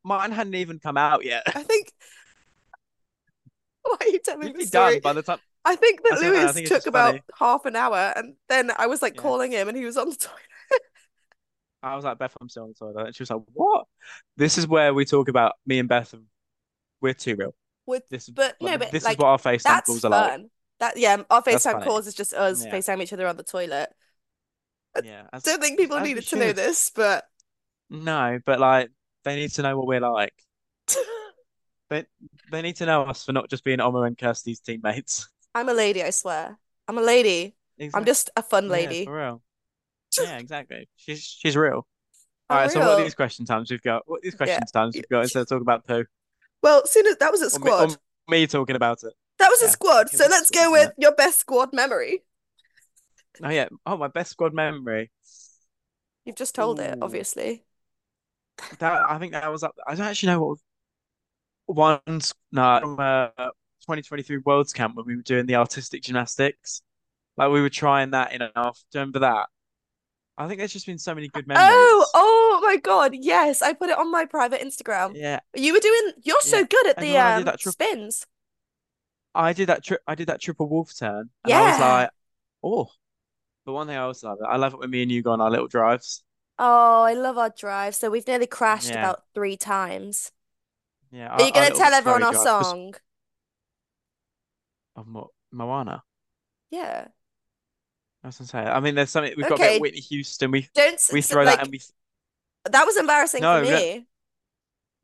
mine hadn't even come out yet. I think why are you telling me You'd the be story? done by the time. I think that I don't know. I Lewis think it's took just about funny. half an hour and then I was like Yeah, calling him and he was on the toilet. I was like, Beth, I'm still on the toilet. And she was like, What? This is where we talk about me and Beth. We're too real. With This, but no, like, but this like is what our FaceTime that's calls are fun. like. That yeah, our That's FaceTime funny. calls is just us Yeah. FaceTime each other on the toilet. Yeah. I As, don't think people as we needed to know should. this, but No, but like, they need to know what we're like. They, they need to know us for not just being Omer and Kirsty's teammates. I'm a lady, I swear. I'm a lady. I'm Exactly. just a fun Yeah, lady. for real. Yeah, exactly. She's she's real. I'm All right, so what are real. these question times we've got? What are these Yeah. question times we've got instead of talking about poo Well, soon as that was a or me, squad. or me talking about it? That was a Oh, Yeah, squad. it So was let's squad, go wasn't with it? your best squad memory. Oh yeah. Oh, my best squad memory. You've just told it, Ooh, obviously. that I think that was up. I don't actually know what one s- no from uh, 2023 Worlds Camp when we were doing the artistic gymnastics. Like we were trying that in and off. Do you remember that? I think there's just been so many good Oh, um, memories. oh my God. Yes, I put it on my private Instagram. Yeah, You were doing, you're so yeah. good at And the when I did um that trip. spins. I did that trip. I did that triple wolf turn, and I was Yeah. like, "Oh!" But one thing I also love, I love it when me and you go on our little drives. Oh, I love our drive. So we've nearly crashed Yeah, about three times. yeah. Are Our, you our gonna little tell everyone McFlurry our drive because song? of Mo Moana. Yeah. I was gonna say. I mean, there's something we've got a bit of Okay. Whitney Houston. We Don't s- we s- throw that and like we that was embarrassing for no no me.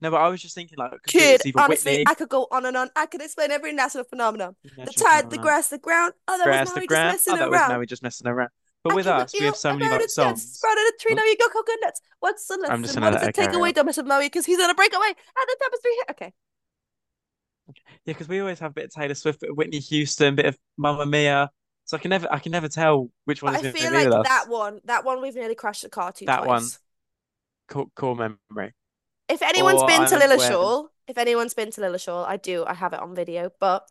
no. But I was just thinking like because Kid, it's either honestly, Whitney I could go on and on. I could explain every natural phenomenon. The natural tide, the phenomenon, grass, the ground. Oh, that was grass, the Maui just ground. messing Oh, that was around. Maui just messing around. But I with gave an us, we ear have so many around like its nuts, songs. sprouted a tree. Oh, Now you go coconut nuts. What's the I'm lesson? just gonna What does let it it take carry away, on. don't mess with Maui, because he's on a breakaway. And the tapestry here. Okay. Yeah, because we always have a bit of Taylor Swift, bit of Whitney Houston, bit of Mamma Mia. So I can never, I can never tell which one But is I going to feel be with like that us. one, that one we've nearly crashed the car to That one, twice. core, core memory. If anyone's Or been Oh, I to remember when, Lillishall, if anyone's been to Lillishall, I do, I have it on video. But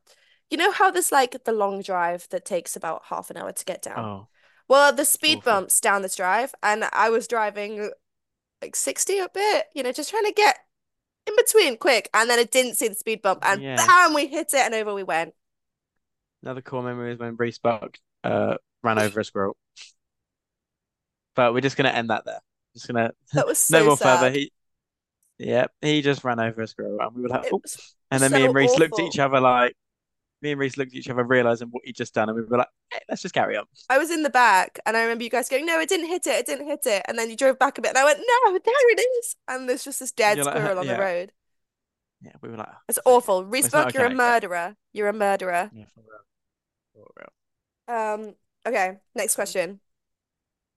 you know how there's like the long drive that takes about half an hour to get down? oh, Well, the speed awful. bumps down this drive, and I was driving like 60 a bit, you know, just trying to get in between quick. And then I didn't see the speed bump, and Yeah, bam, we hit it, and over we went. another core memory is when Reece Buck uh ran over a squirrel. But we're just going to end that there. Just gonna That was no so more further. sad. He, yeah, he just ran over a squirrel, and we were like, It oh. was And then me so and Reese looked at each awful. other like, me and Reese looked at each other, realizing what he'd just done, and we were like, hey, let's just carry on. I was in the back and I remember you guys going, No, it didn't hit it, it didn't hit it. And then you drove back a bit and I went, No, there it is. And there's just this And dead you're like, squirrel on the yeah, road. yeah. We were like, oh, It's it's okay. awful. Reese It's not Buck, you're a okay, but. murderer. You're a murderer. Yeah, for real. For real. Um, okay, next Cool. question.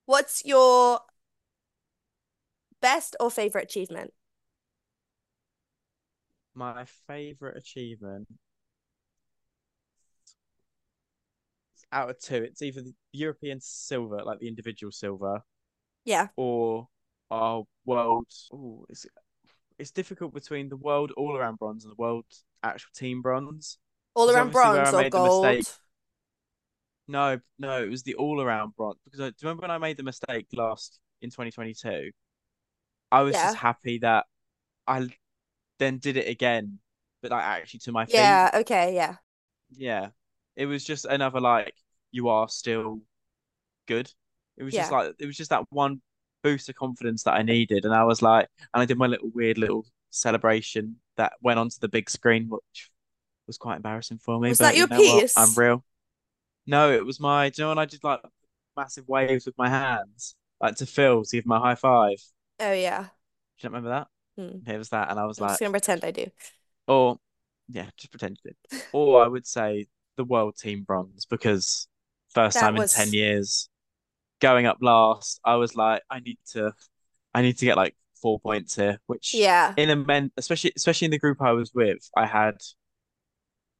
What's your best or favorite achievement? My favorite achievement out of two, it's either the European silver, like the individual silver, Yeah. or our world. Oh, it's it's difficult between the world all around bronze and the world actual team bronze All because around obviously where bronze I or made the mistake. gold? No, no, it was the all around bronze because I, do you remember when I made the mistake last in 2022? I was just Yeah. happy that I then did it again, but like actually to my feet. Yeah, okay, yeah. Yeah. It was just another like you are still good. It was just Yeah. like it was just that one boost of confidence that I needed. And I was like and I did my little weird little celebration that went onto the big screen, which was quite embarrassing for me. Was that But you your know what? I'm piece? real. No, it was my do you know when I did like massive waves with my hands? Like to Phil to give him a high five. Oh yeah. Do you remember that? Hmm. It was that and I was I'm just like gonna pretend I do. or yeah, just pretend you did. Or I would say the world team bronze because first That time in ten was years, going up last, I was like, I need to, I need to get like four points here. Which yeah. in a men, especially especially in the group I was with, I had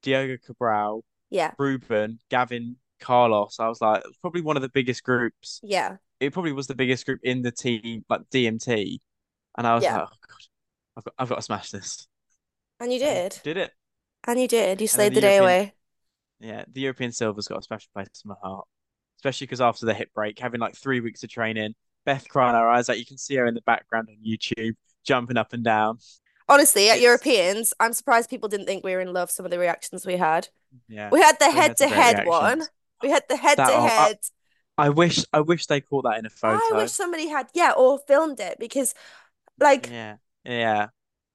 Diogo Cabral, Yeah. Ruben, Gavin, Carlos. I was like, it was probably one of the biggest groups. Yeah. It probably was the biggest group in the team, like DMT. And I was Yeah. like, oh God, I've got, I've got to smash this. And you And I did. did it. And you did. You And then slayed the the day European. away. Yeah, the European silver's got a special place in my heart, especially because after the hip break, having like three weeks of training, Beth crying her eyes out. You can see her in the background on YouTube, jumping up and down. Honestly, at It's Europeans, I'm surprised people didn't think we were in love some of the reactions we had. yeah, We had the we had some great head-to-head one. reactions. We had the That oh, I, head-to-head. I wish I wish they caught that in a photo. I wish somebody had, yeah, or filmed it because, like, Yeah. Yeah.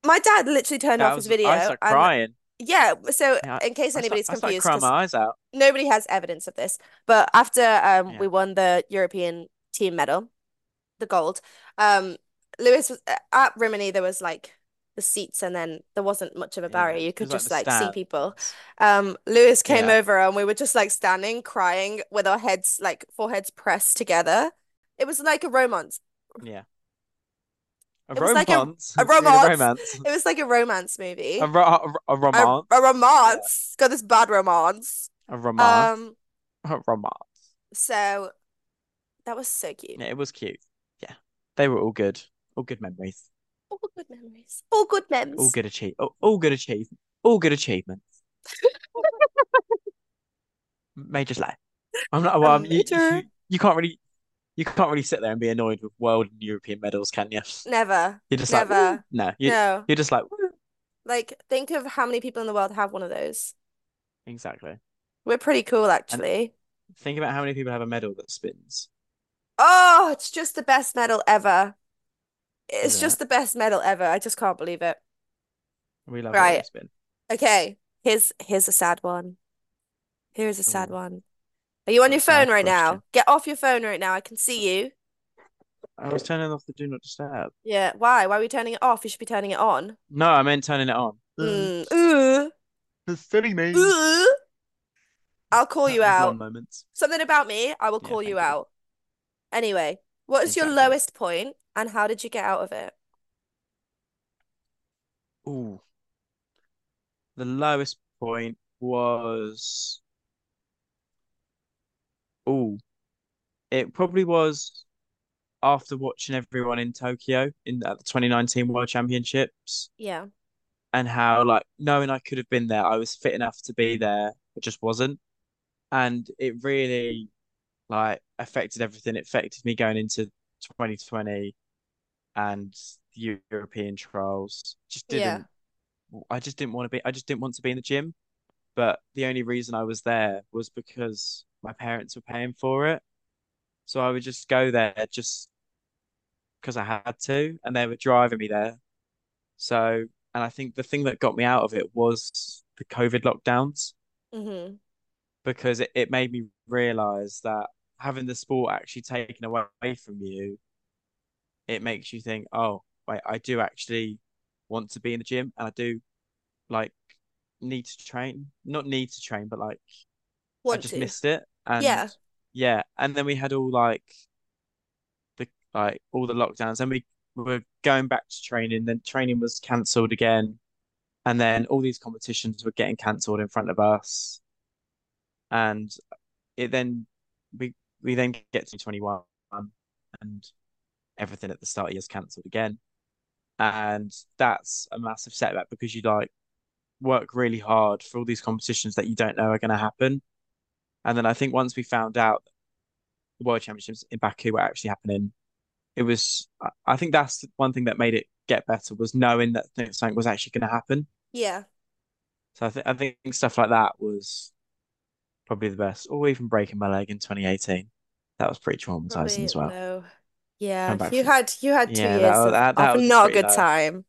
my dad literally turned Yeah, I off his was- video. I started and- crying. yeah, so Yeah, in case I start- anybody's I started confused, crying 'cause my eyes out. nobody has evidence of this, but after um, Yeah. we won the European team medal, the gold, um, Lewis was at Rimini. There was like the seats, and then there wasn't much of a Yeah. barrier. It You could was like the just like see people. stands. Um, Lewis came Yeah. over, and we were just like standing, crying with our heads like foreheads pressed together. It was like a romance. Yeah. A It was like a romance. a We need a romance. romance. It was like a romance A, movie. ro- a, a A a romance. Yeah. Uh-huh. romance. Got this bad romance. A romance. Um, A romance. so that was so cute. Yeah, it was cute. Yeah. They were all good. All good memories. All good memories. All good All memes. good achieve. All, all good achievement. All good achievements. Major slay. I'm not. A Well, um, you, major. you you can't really you can't really sit there and be annoyed with world and European medals, can you? Never. You're just like, "Woo." Never. no. You No. you're just like, "Woo." Like, think of how many people in the world have one of those. Exactly. We're pretty cool, And actually. think about how many people have a medal that spins, Oh, it's just the best medal ever. It's isn't it? just the best medal ever. I just can't believe it. We love watching Right. them spin. Okay. Here's here's a sad one. Here's a sad Oh, one. Are you on what your a sad phone right now? question. Get off your phone right now. I can see you. I was turning off the do not disturb. Yeah. Why? Why are we turning it off? You should be turning it on. No, I meant turning it on. Uh, Mm. Ooh. It's silly me. Ooh. I'll call you Blonde out. moments. Something about me, I will Yeah, call you thank you. out. Anyway, what is your Exactly. lowest point and how did you get out of it? Ooh, the lowest point was. Ooh, it probably was after watching everyone in Tokyo in at the 2019 World Championships Yeah. and how like knowing I could have been there, I was fit enough to be there, but just wasn't. And it really like affected everything. It affected me going into 2020 and the European trials. Just Yeah. didn't I just didn't want to be I just didn't want to be in the gym. But the only reason I was there was because my parents were paying for it. So I would just go there just because I had to, and they were driving me there. So, and I think the thing that got me out of it was the COVID lockdowns hmm because it, it made me realize that having the sport actually taken away from you, it makes you think, oh, wait, I do actually want to be in the gym and I do like need to train, not need to train, but like I Want just to. missed it. And Yeah. yeah, and then we had all like, the like all the lockdowns and we were going back to training then training was cancelled again and then all these competitions were getting cancelled in front of us and it then we we then get to 21 and everything at the start of the year is cancelled again and that's a massive setback because you like work really hard for all these competitions that you don't know are going to happen and then I think once we found out the World Championships in Baku were actually happening it was I I think that's one thing that made it get better was knowing that th- something was actually going to happen. Yeah. So I think I think stuff like that was probably the best. Or even breaking my leg in 2018, that was pretty traumatizing Probably as well. low. Yeah. Come back You from had you had two yeah, that years wa- of that of that was not a pretty good low. time.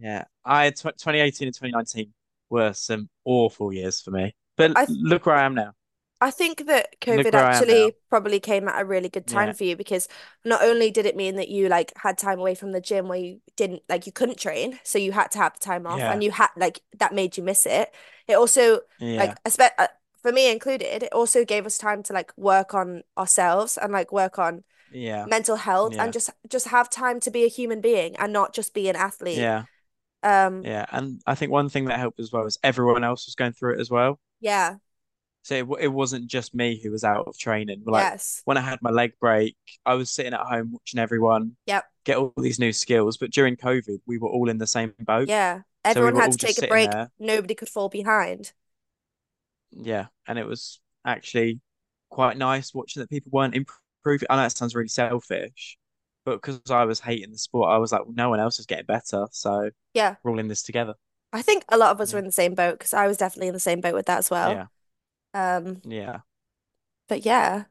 Yeah, I tw 2018 and 2019 were some awful years for me. But I th- look where I am now. I think that COVID Look where I am now. actually probably came at a really good time Yeah, for you because not only did it mean that you like had time away from the gym where you didn't like you couldn't train, so you had to have the time off and yeah, you had like that made you miss it. It also like yeah, espe uh, for me included, it also gave us time to like work on ourselves and like work on yeah, mental health and yeah, just just have time to be a human being and not just be an athlete. yeah, Um, yeah. And I think one thing that helped as well is everyone else was going through it as well. yeah, So it, w- it wasn't just me who was out of training. Like yes, when I had my leg break, I was sitting at home watching everyone yep, get all these new skills. But during COVID, we were all in the same boat. yeah. So we Everyone were had all to just take a sitting break. there. Nobody could fall behind. Yeah. And it was actually quite nice watching that people weren't improving. I know it sounds really selfish, but because I was hating the sport, I was like, well, no one else is getting better. So Yeah. we're all in this together. I think a lot of us were Yeah. in the same boat because I was definitely in the same boat with that as well. Yeah. Um, Yeah. but yeah.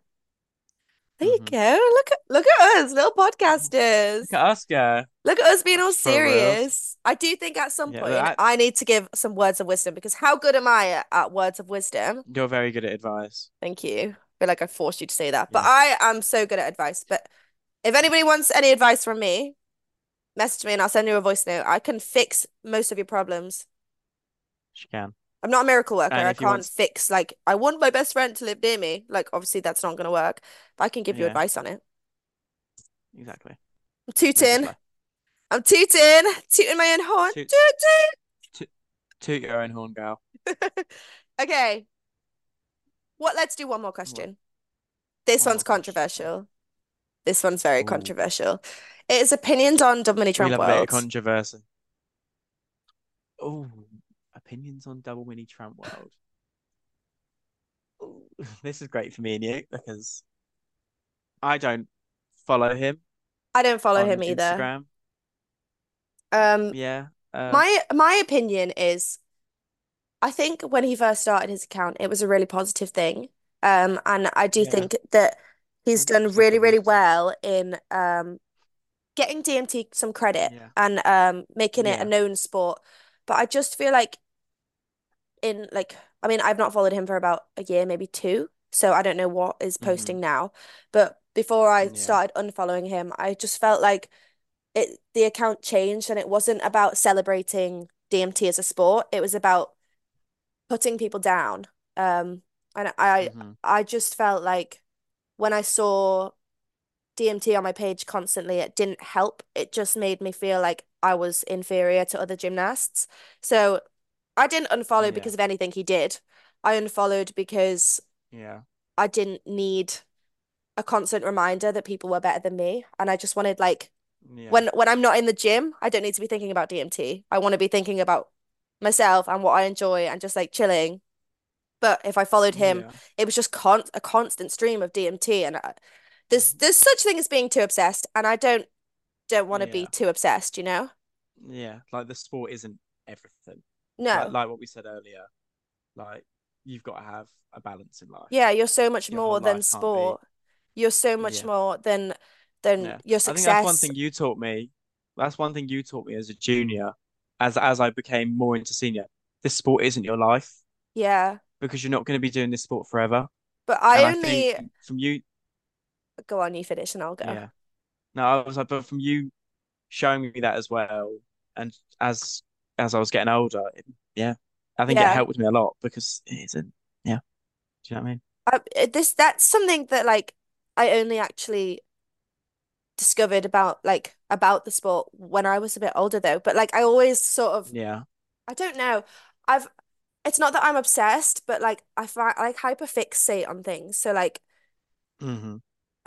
There you Mhm. go. Look at look at us, little podcasters. Look at us go. Look at us being all For real. serious. I do think at some Yeah, point that- I need to give some words of wisdom because how good am I at, at words of wisdom? You're very good at advice. Thank you. I feel like I forced you to say that, but I am so good at advice. But if anybody wants any advice from me, message me and I'll send you a voice note. I can fix most of your problems. She can. I'm not a miracle worker. And I if you can't want s- fix like I want my best friend to live near me. Like obviously that's not gonna work, but I can give you Yeah. advice on it. Exactly. I'm Make it tooting. fly. I'm tooting, tooting my own horn. Toot. Toot toot. Toot your own horn, girl. Okay, what? Let's do one more question. This One one's more question. controversial. This one's very Ooh. controversial. It is opinions on Double Mini We Trump love a bit of World. controversy. Oh, opinions on Double Mini Tramp World. Ooh, This is great for me and you because I don't follow him I don't follow on him either. Instagram. Um, Yeah. Uh, my my opinion is I think when he first started his account, it was a really positive thing. Um, and I do Yeah. think that he's done 100% really, really positive. well in um getting DMT some credit yeah. and um making it a Yeah. known sport. But I just feel like in like I mean, I've not followed him for about a year, maybe two, so I don't know what is Mhm. posting now. But before I Yeah. started unfollowing him, I just felt like it the account changed and it wasn't about celebrating DMT as a sport. It was about putting people down. Um, and I hmm I just felt like when I saw DMT on my page constantly, it didn't help. It just made me feel like I was inferior to other gymnasts. So I didn't unfollow Yeah. because of anything he did. I unfollowed because Yeah. I didn't need a constant reminder that people were better than me. And I just wanted like Yeah. when when I'm not in the gym, I don't need to be thinking about DMT. I want to be thinking about myself and what I enjoy and just like chilling. But if I followed him, Yeah. it was just con a constant stream of DMT, and I, there's Mm. there's such thing as being too obsessed, and I don't don't want to be Yeah. too obsessed, you know? Yeah. Like the sport isn't everything. Like No, like what we said earlier. Like you've got to have a balance in life. yeah, you're so much Your whole more than life can't be. sport. You're so much Yeah. more than than Yeah. your I think that's one success. thing you taught me. That's one thing you taught me as a junior, as as I became more into senior. This sport isn't your life Yeah, because you're not going to be doing this sport forever. but And I I think only from you, go on, you finish, and I'll go. yeah. No, I was like, but from you showing me that as well, and as as I was getting older, it, yeah, I think it Yeah. helped me a lot because it isn't. Yeah, do you know what I mean? I, uh, this that's something that like I only actually discovered about like about the sport when I was a bit older though. But like I always sort of Yeah, I don't know. I've it's not that I'm obsessed, but like I find I like hyperfixate on things. So like hmm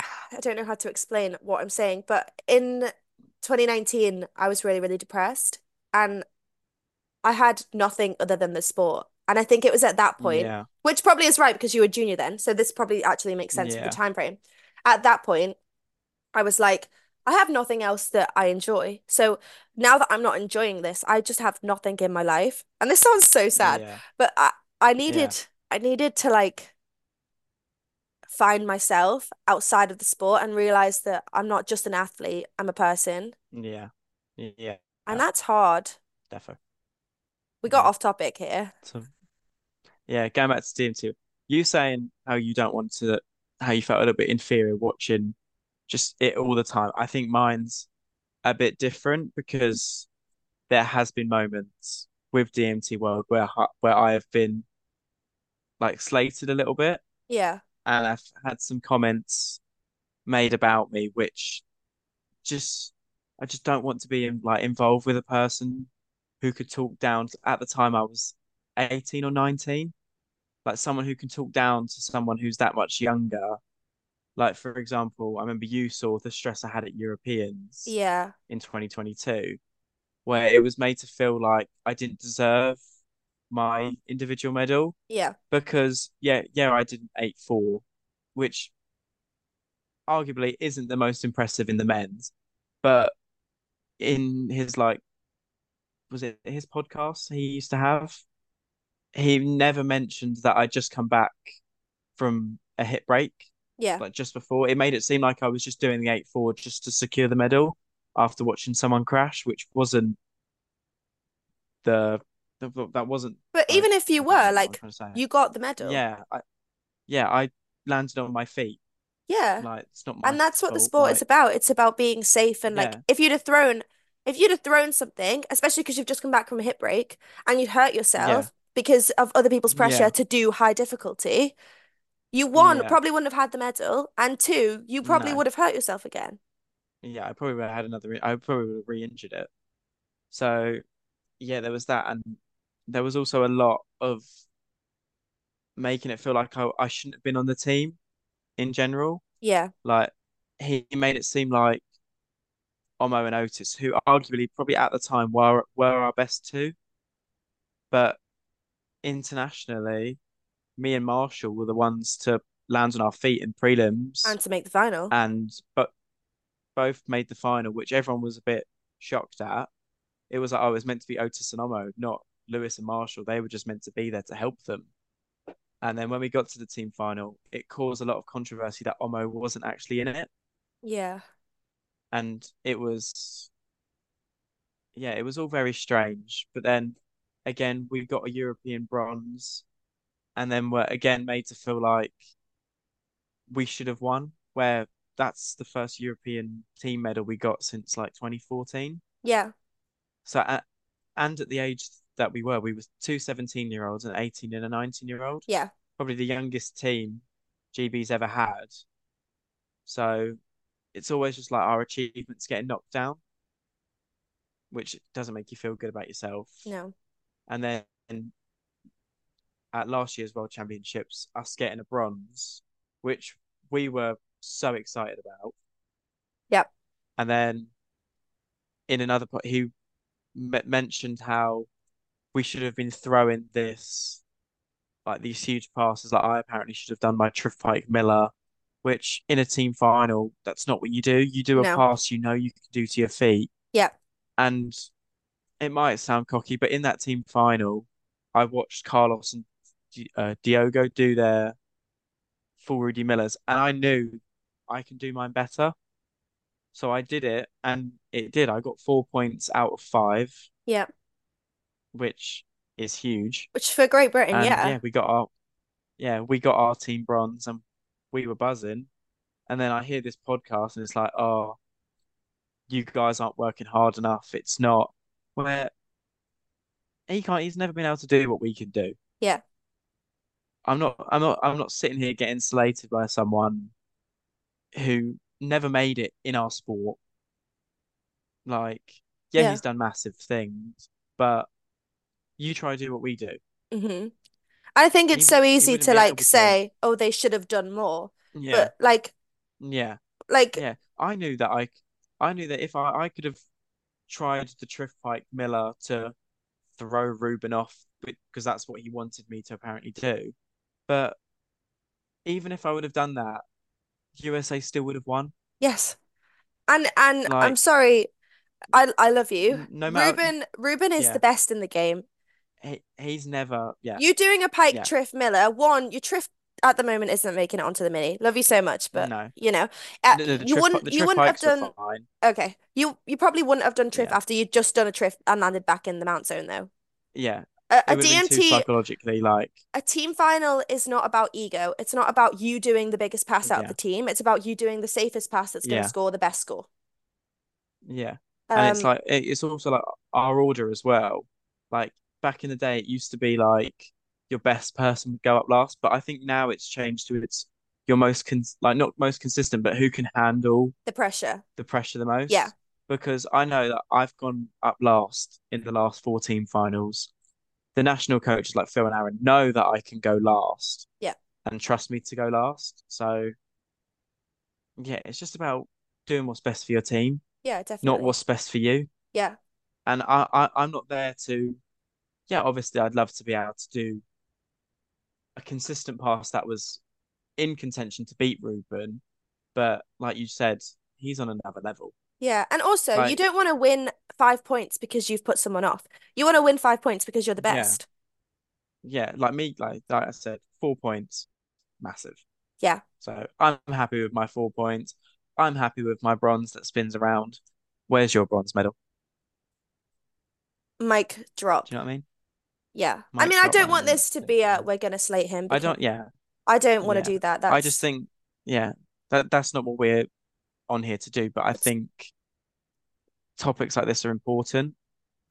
I don't know how to explain what I'm saying, but in 2019 I was really, really depressed and I had nothing other than the sport. And I think it was at that point, yeah, which probably is right because you were junior then, so this probably actually makes sense with the yeah, time frame. At that point, I was like, I have nothing else that I enjoy. So now that I'm not enjoying this, I just have nothing in my life. And this sounds so sad, yeah, but I I yeah, needed I needed to like find myself outside of the sport and realize that I'm not just an athlete, I'm a person. yeah, yeah, And that's hard. defo. We got Yeah, off topic here. so yeah, going back to DMT, you saying how you don't want to, how you felt a little bit inferior watching just it all the time. I think mine's a bit different because. there has been moments with DMT World where I, where I have been like slated a little bit, Yeah. and I've had some comments made about me, which just I just don't want to be in, like involved with a person who could talk down. At the time, I was eighteen or nineteen, like someone who can talk down to someone who's that much younger. Like for example, I remember you saw the stress I had at Europeans Yeah. in 2022. where it was made to feel like I didn't deserve my individual medal Yeah. because yeah, yeah, I did an eight four, which arguably isn't the most impressive in the men's, but in his like was it his podcast he used to have, he never mentioned that I just come back from a hip break. Yeah. like just before. It made it seem like I was just doing the eight four just to secure the medal after watching someone crash, which wasn't the, the that wasn't But like, even if you I can't were, remember what I'm like, trying to say. you got the medal. Yeah, I, yeah, I landed on my feet. Yeah. Like it's not my Uh, And that's what the fault, sport is like- about. It's about being safe and like Yeah. if you'd have thrown if you'd have thrown something, especially because you've just come back from a hip break and you'd hurt yourself because of other people's pressure Yeah. to do high difficulty, you one Yeah. probably wouldn't have had the medal, and two, you probably No. would have hurt yourself again. Yeah, I probably would have had another. I probably would have re-injured it. So yeah, there was that, and there was also a lot of making it feel like I, I shouldn't have been on the team in general. Yeah. Like he he made it seem like Omo and Otis, who arguably probably at the time were were our best two, but internationally, me and Marshall were the ones to land on our feet in prelims, And to make the final. and but both made the final, which everyone was a bit shocked at. It was like, oh, it was meant to be Otis and Omo, not Lewis and Marshall. They were just meant to be there to help them. And then when we got to the team final, it caused a lot of controversy that Omo wasn't actually in it. Yeah. and it was yeah it was all very strange but then again we got a european bronze and then were again made to feel like we should have won where that's the first european team medal we got since like 2014 Yeah. so at, and at the age that we were we were two 17 year olds an 18 and a 19 year old Yeah. probably the youngest team gb's ever had so it's always just like our achievements getting knocked down which doesn't make you feel good about yourself. No. And then at last year's World Championships, us getting a bronze, which we were so excited about. Yep. And then in another part, he me- mentioned how we should have been throwing this, like these huge passes, like I apparently should have done my Trifike Miller, which in a team final, that's not what you do. You do a No. pass you know you can do to your feet. Yep. And it might sound cocky, but in that team final, I watched Carlos and Di- uh, Diogo do their full Rudy Millers, and I knew I can do mine better. So I did it, and it did. I got four points out of five, Yeah. which is huge. Which for Great Britain, And yeah. yeah, we got our yeah we got our team bronze, and we were buzzing. And then I hear this podcast, and it's like, oh, you guys aren't working hard enough. It's not where he can't. He's never been able to do what we can do. Yeah. I'm not I'm not I'm not sitting here getting slated by someone who never made it in our sport. Like, yeah, Yeah. he's done massive things, but you try to do what we do. hmm I think it's He- so he easy wouldn't to be able like to. say, oh, they should have done more. Yeah, But like yeah, like yeah. I knew that I c- I knew that if I I could have tried the Triff Pike Miller to throw Ruben off because that's what he wanted me to apparently do. But even if I would have done that, USA still would have won. yes. And and I'm Like, sorry, I I love you. n- no matter, Ruben Ruben is yeah. the best in the game. he, he's never yeah You doing a Pike yeah Triff Miller, one, your Triff at the moment isn't making it onto the mini. Love you so much, but no you know, uh, the, the you trip wouldn't the you trip wouldn't have hikes were done fine okay. You you probably wouldn't have done Triff yeah after you'd just done a Triff and landed back in the mount zone though. yeah A, it a would have been too DMT psychologically like a team final is not about ego. It's not about you doing the biggest pass out of yeah the team. It's about you doing the safest pass that's going to yeah score the best score. yeah and it's Um, like it, it's also like our order as well like back in the day it used to be like your best person would go up last but I think now it's changed to it's your most cons like not most consistent but who can handle the pressure. the pressure the Yeah. most because I know that I've gone up last in the last 14 finals the national coaches like Phil and Aaron know that I can go last Yeah. and trust me to go last. So yeah, it's just about doing what's best for your team, Yeah, not definitely. what's best for you. Yeah. And I, I I'm not there to yeah, obviously I'd love to be able to do a consistent pass that was in contention to beat Ruben, but like you said, he's on another level. Yeah. And also, you Like don't want to win five points because you've put someone off. You want to win five points because you're the yeah, best. yeah, like me, like like I said, four points, massive. Yeah. So I'm happy with my four points. I'm happy with my bronze that spins around. Where's your bronze medal? Mic drop. Do you know what I mean? Yeah. I Mic mean, I drop don't one want and this to six be a one. we're gonna slate him I because don't, yeah, I don't want to yeah. do that. I That's just think, yeah, that that's not what we're on here to do. But I think topics like this are important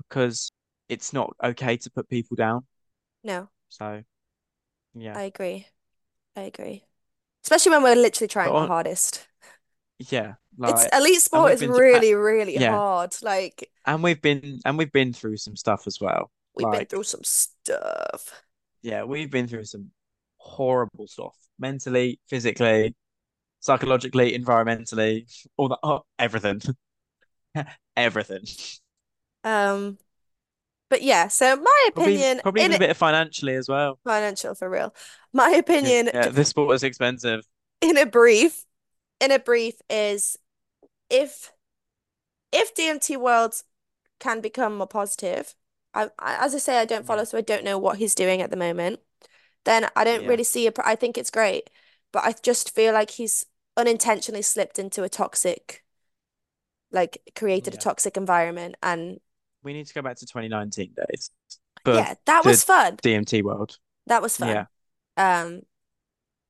because it's not okay to put people down. no, So yeah, I agree. I agree. Especially when we're literally but trying our on, hardest. yeah, It's like, elite and sport we've is been, through, really, really yeah, hard. Like and we've been, and we've been through some stuff as well. we've been Like, through some stuff. yeah, we've been through some horrible stuff, mentally, physically, psychologically, environmentally, all that, oh, everything, everything. Um, but yeah, so my Probably, opinion probably in even a it bit of financially as well. financial for real. My opinion Yeah, this sport is expensive. in a brief, in a brief is if if DMT Worlds can become more positive, I, I as I say, I don't follow, Yeah, so I don't know what he's doing at the moment. Then I don't yeah, really see a pro I think it's great, but I just feel like he's unintentionally slipped into a toxic, like created a yeah. toxic environment, and We need to go back to 2019 days for yeah, that was the fun. DMT world. That was fun. Yeah, Um,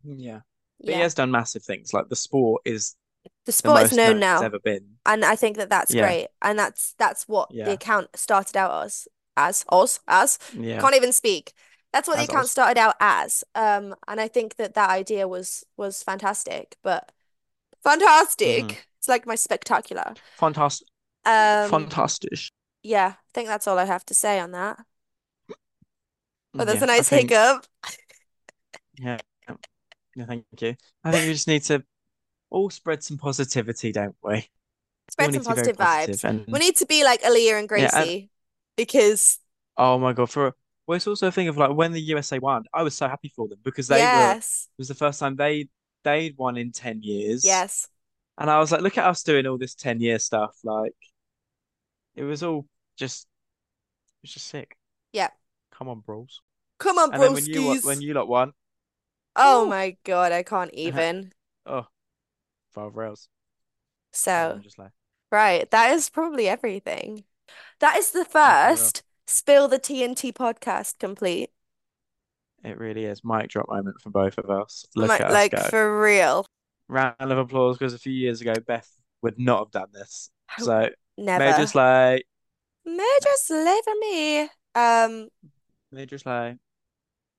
yeah. But he yeah, has done massive things. Like the sport is the the sport is most known known it's now. ever been. And I think that that's Yeah, great. And that's that's what the yeah, account started out as, as, os, as. I yeah. can't even speak. That's what the As account Oz. started out as. Um, and I think that that idea was was fantastic, but Mm-hmm. fantastic. It's like my spectacular. Fantastic, Um, fantastic. yeah, I think that's all I have to say on that. Oh, that's a Yeah, I nice think. hiccup. Yeah, yeah. Thank you. I think we just need to all spread some positivity, don't we? We all Spread need some to be very positive positive vibes. We and need to be like Aaliyah and yeah. And Gracie because oh my God, for well, it's also a thing of like when the USA won, I was so happy for them because they were. It yes, was the first time they they'd won in ten years, yes, and I was like, look at us doing all this ten year stuff. Like it was all just it was just sick. yeah. Come on, bros. Come on, And then when you wa- when broskies. you lot won, Oh woo, my God, I can't even. oh, five rails. Five So, hundred just like right, that is probably everything. That is the yeah, for real. first Spill the TNT podcast complete. It really is mic drop moment for both of us. Look Mi- at us Like go. for real. Round of applause because a few years ago Beth would not have done this. I So Major never. Slay, May just live for me. Um, Major Slay.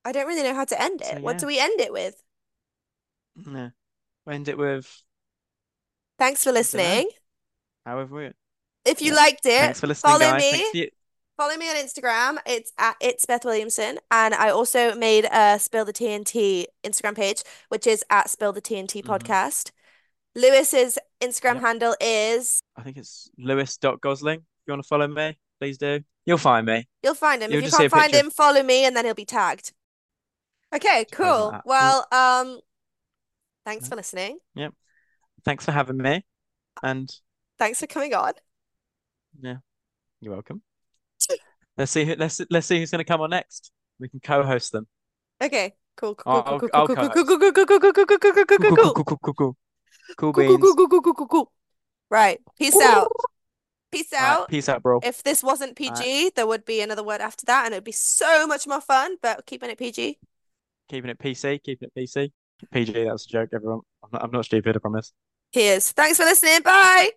I don't really know how to end So it. What yeah, do we end it with? yeah. End it with Thanks for I don't know. listening. However, we If you yeah. liked it, Thanks for listening, follow guys. me. Thanks to you. Follow me on Instagram. It's at it's Beth Williamson, and I also made a Spill the TNT Instagram page, which is at Spill the TNT hmm podcast. Lewis's Instagram Yep. handle is I think it's Lewis.Gosling. If you want to follow me, please do. You'll find me. you'll find him. If You'll you just see can't a find picture of him, follow me, and then he'll be tagged. Okay, Where's my cool. app? Oh, Well, um, thanks no. for listening. Yep. Thanks for having me. And Thanks for coming on. yeah, you're welcome. Let's see who let's let's see who's gonna come on next. We can co-host them. Okay, cool, cool, cool, I'll cool, cool, I'll cool, cool, cool, co-host. cool, cool, cool, cool, cool, cool, cool, cool, cool, cool, cool. Cool, cool, cool, Cool, cool, cool, cool, cool, cool, cool. Cool beans. cool, cool, cool, cool, cool. Right. Peace out. Peace All right, out. peace out, bro. If this wasn't All right, PG, there would be another word after that, and it'd be so much more fun, but keeping it PG. keeping it PC, keeping it PC. PG, that was a joke, everyone. I'm not, I'm not stupid, I promise. Here's. Thanks for listening. Bye.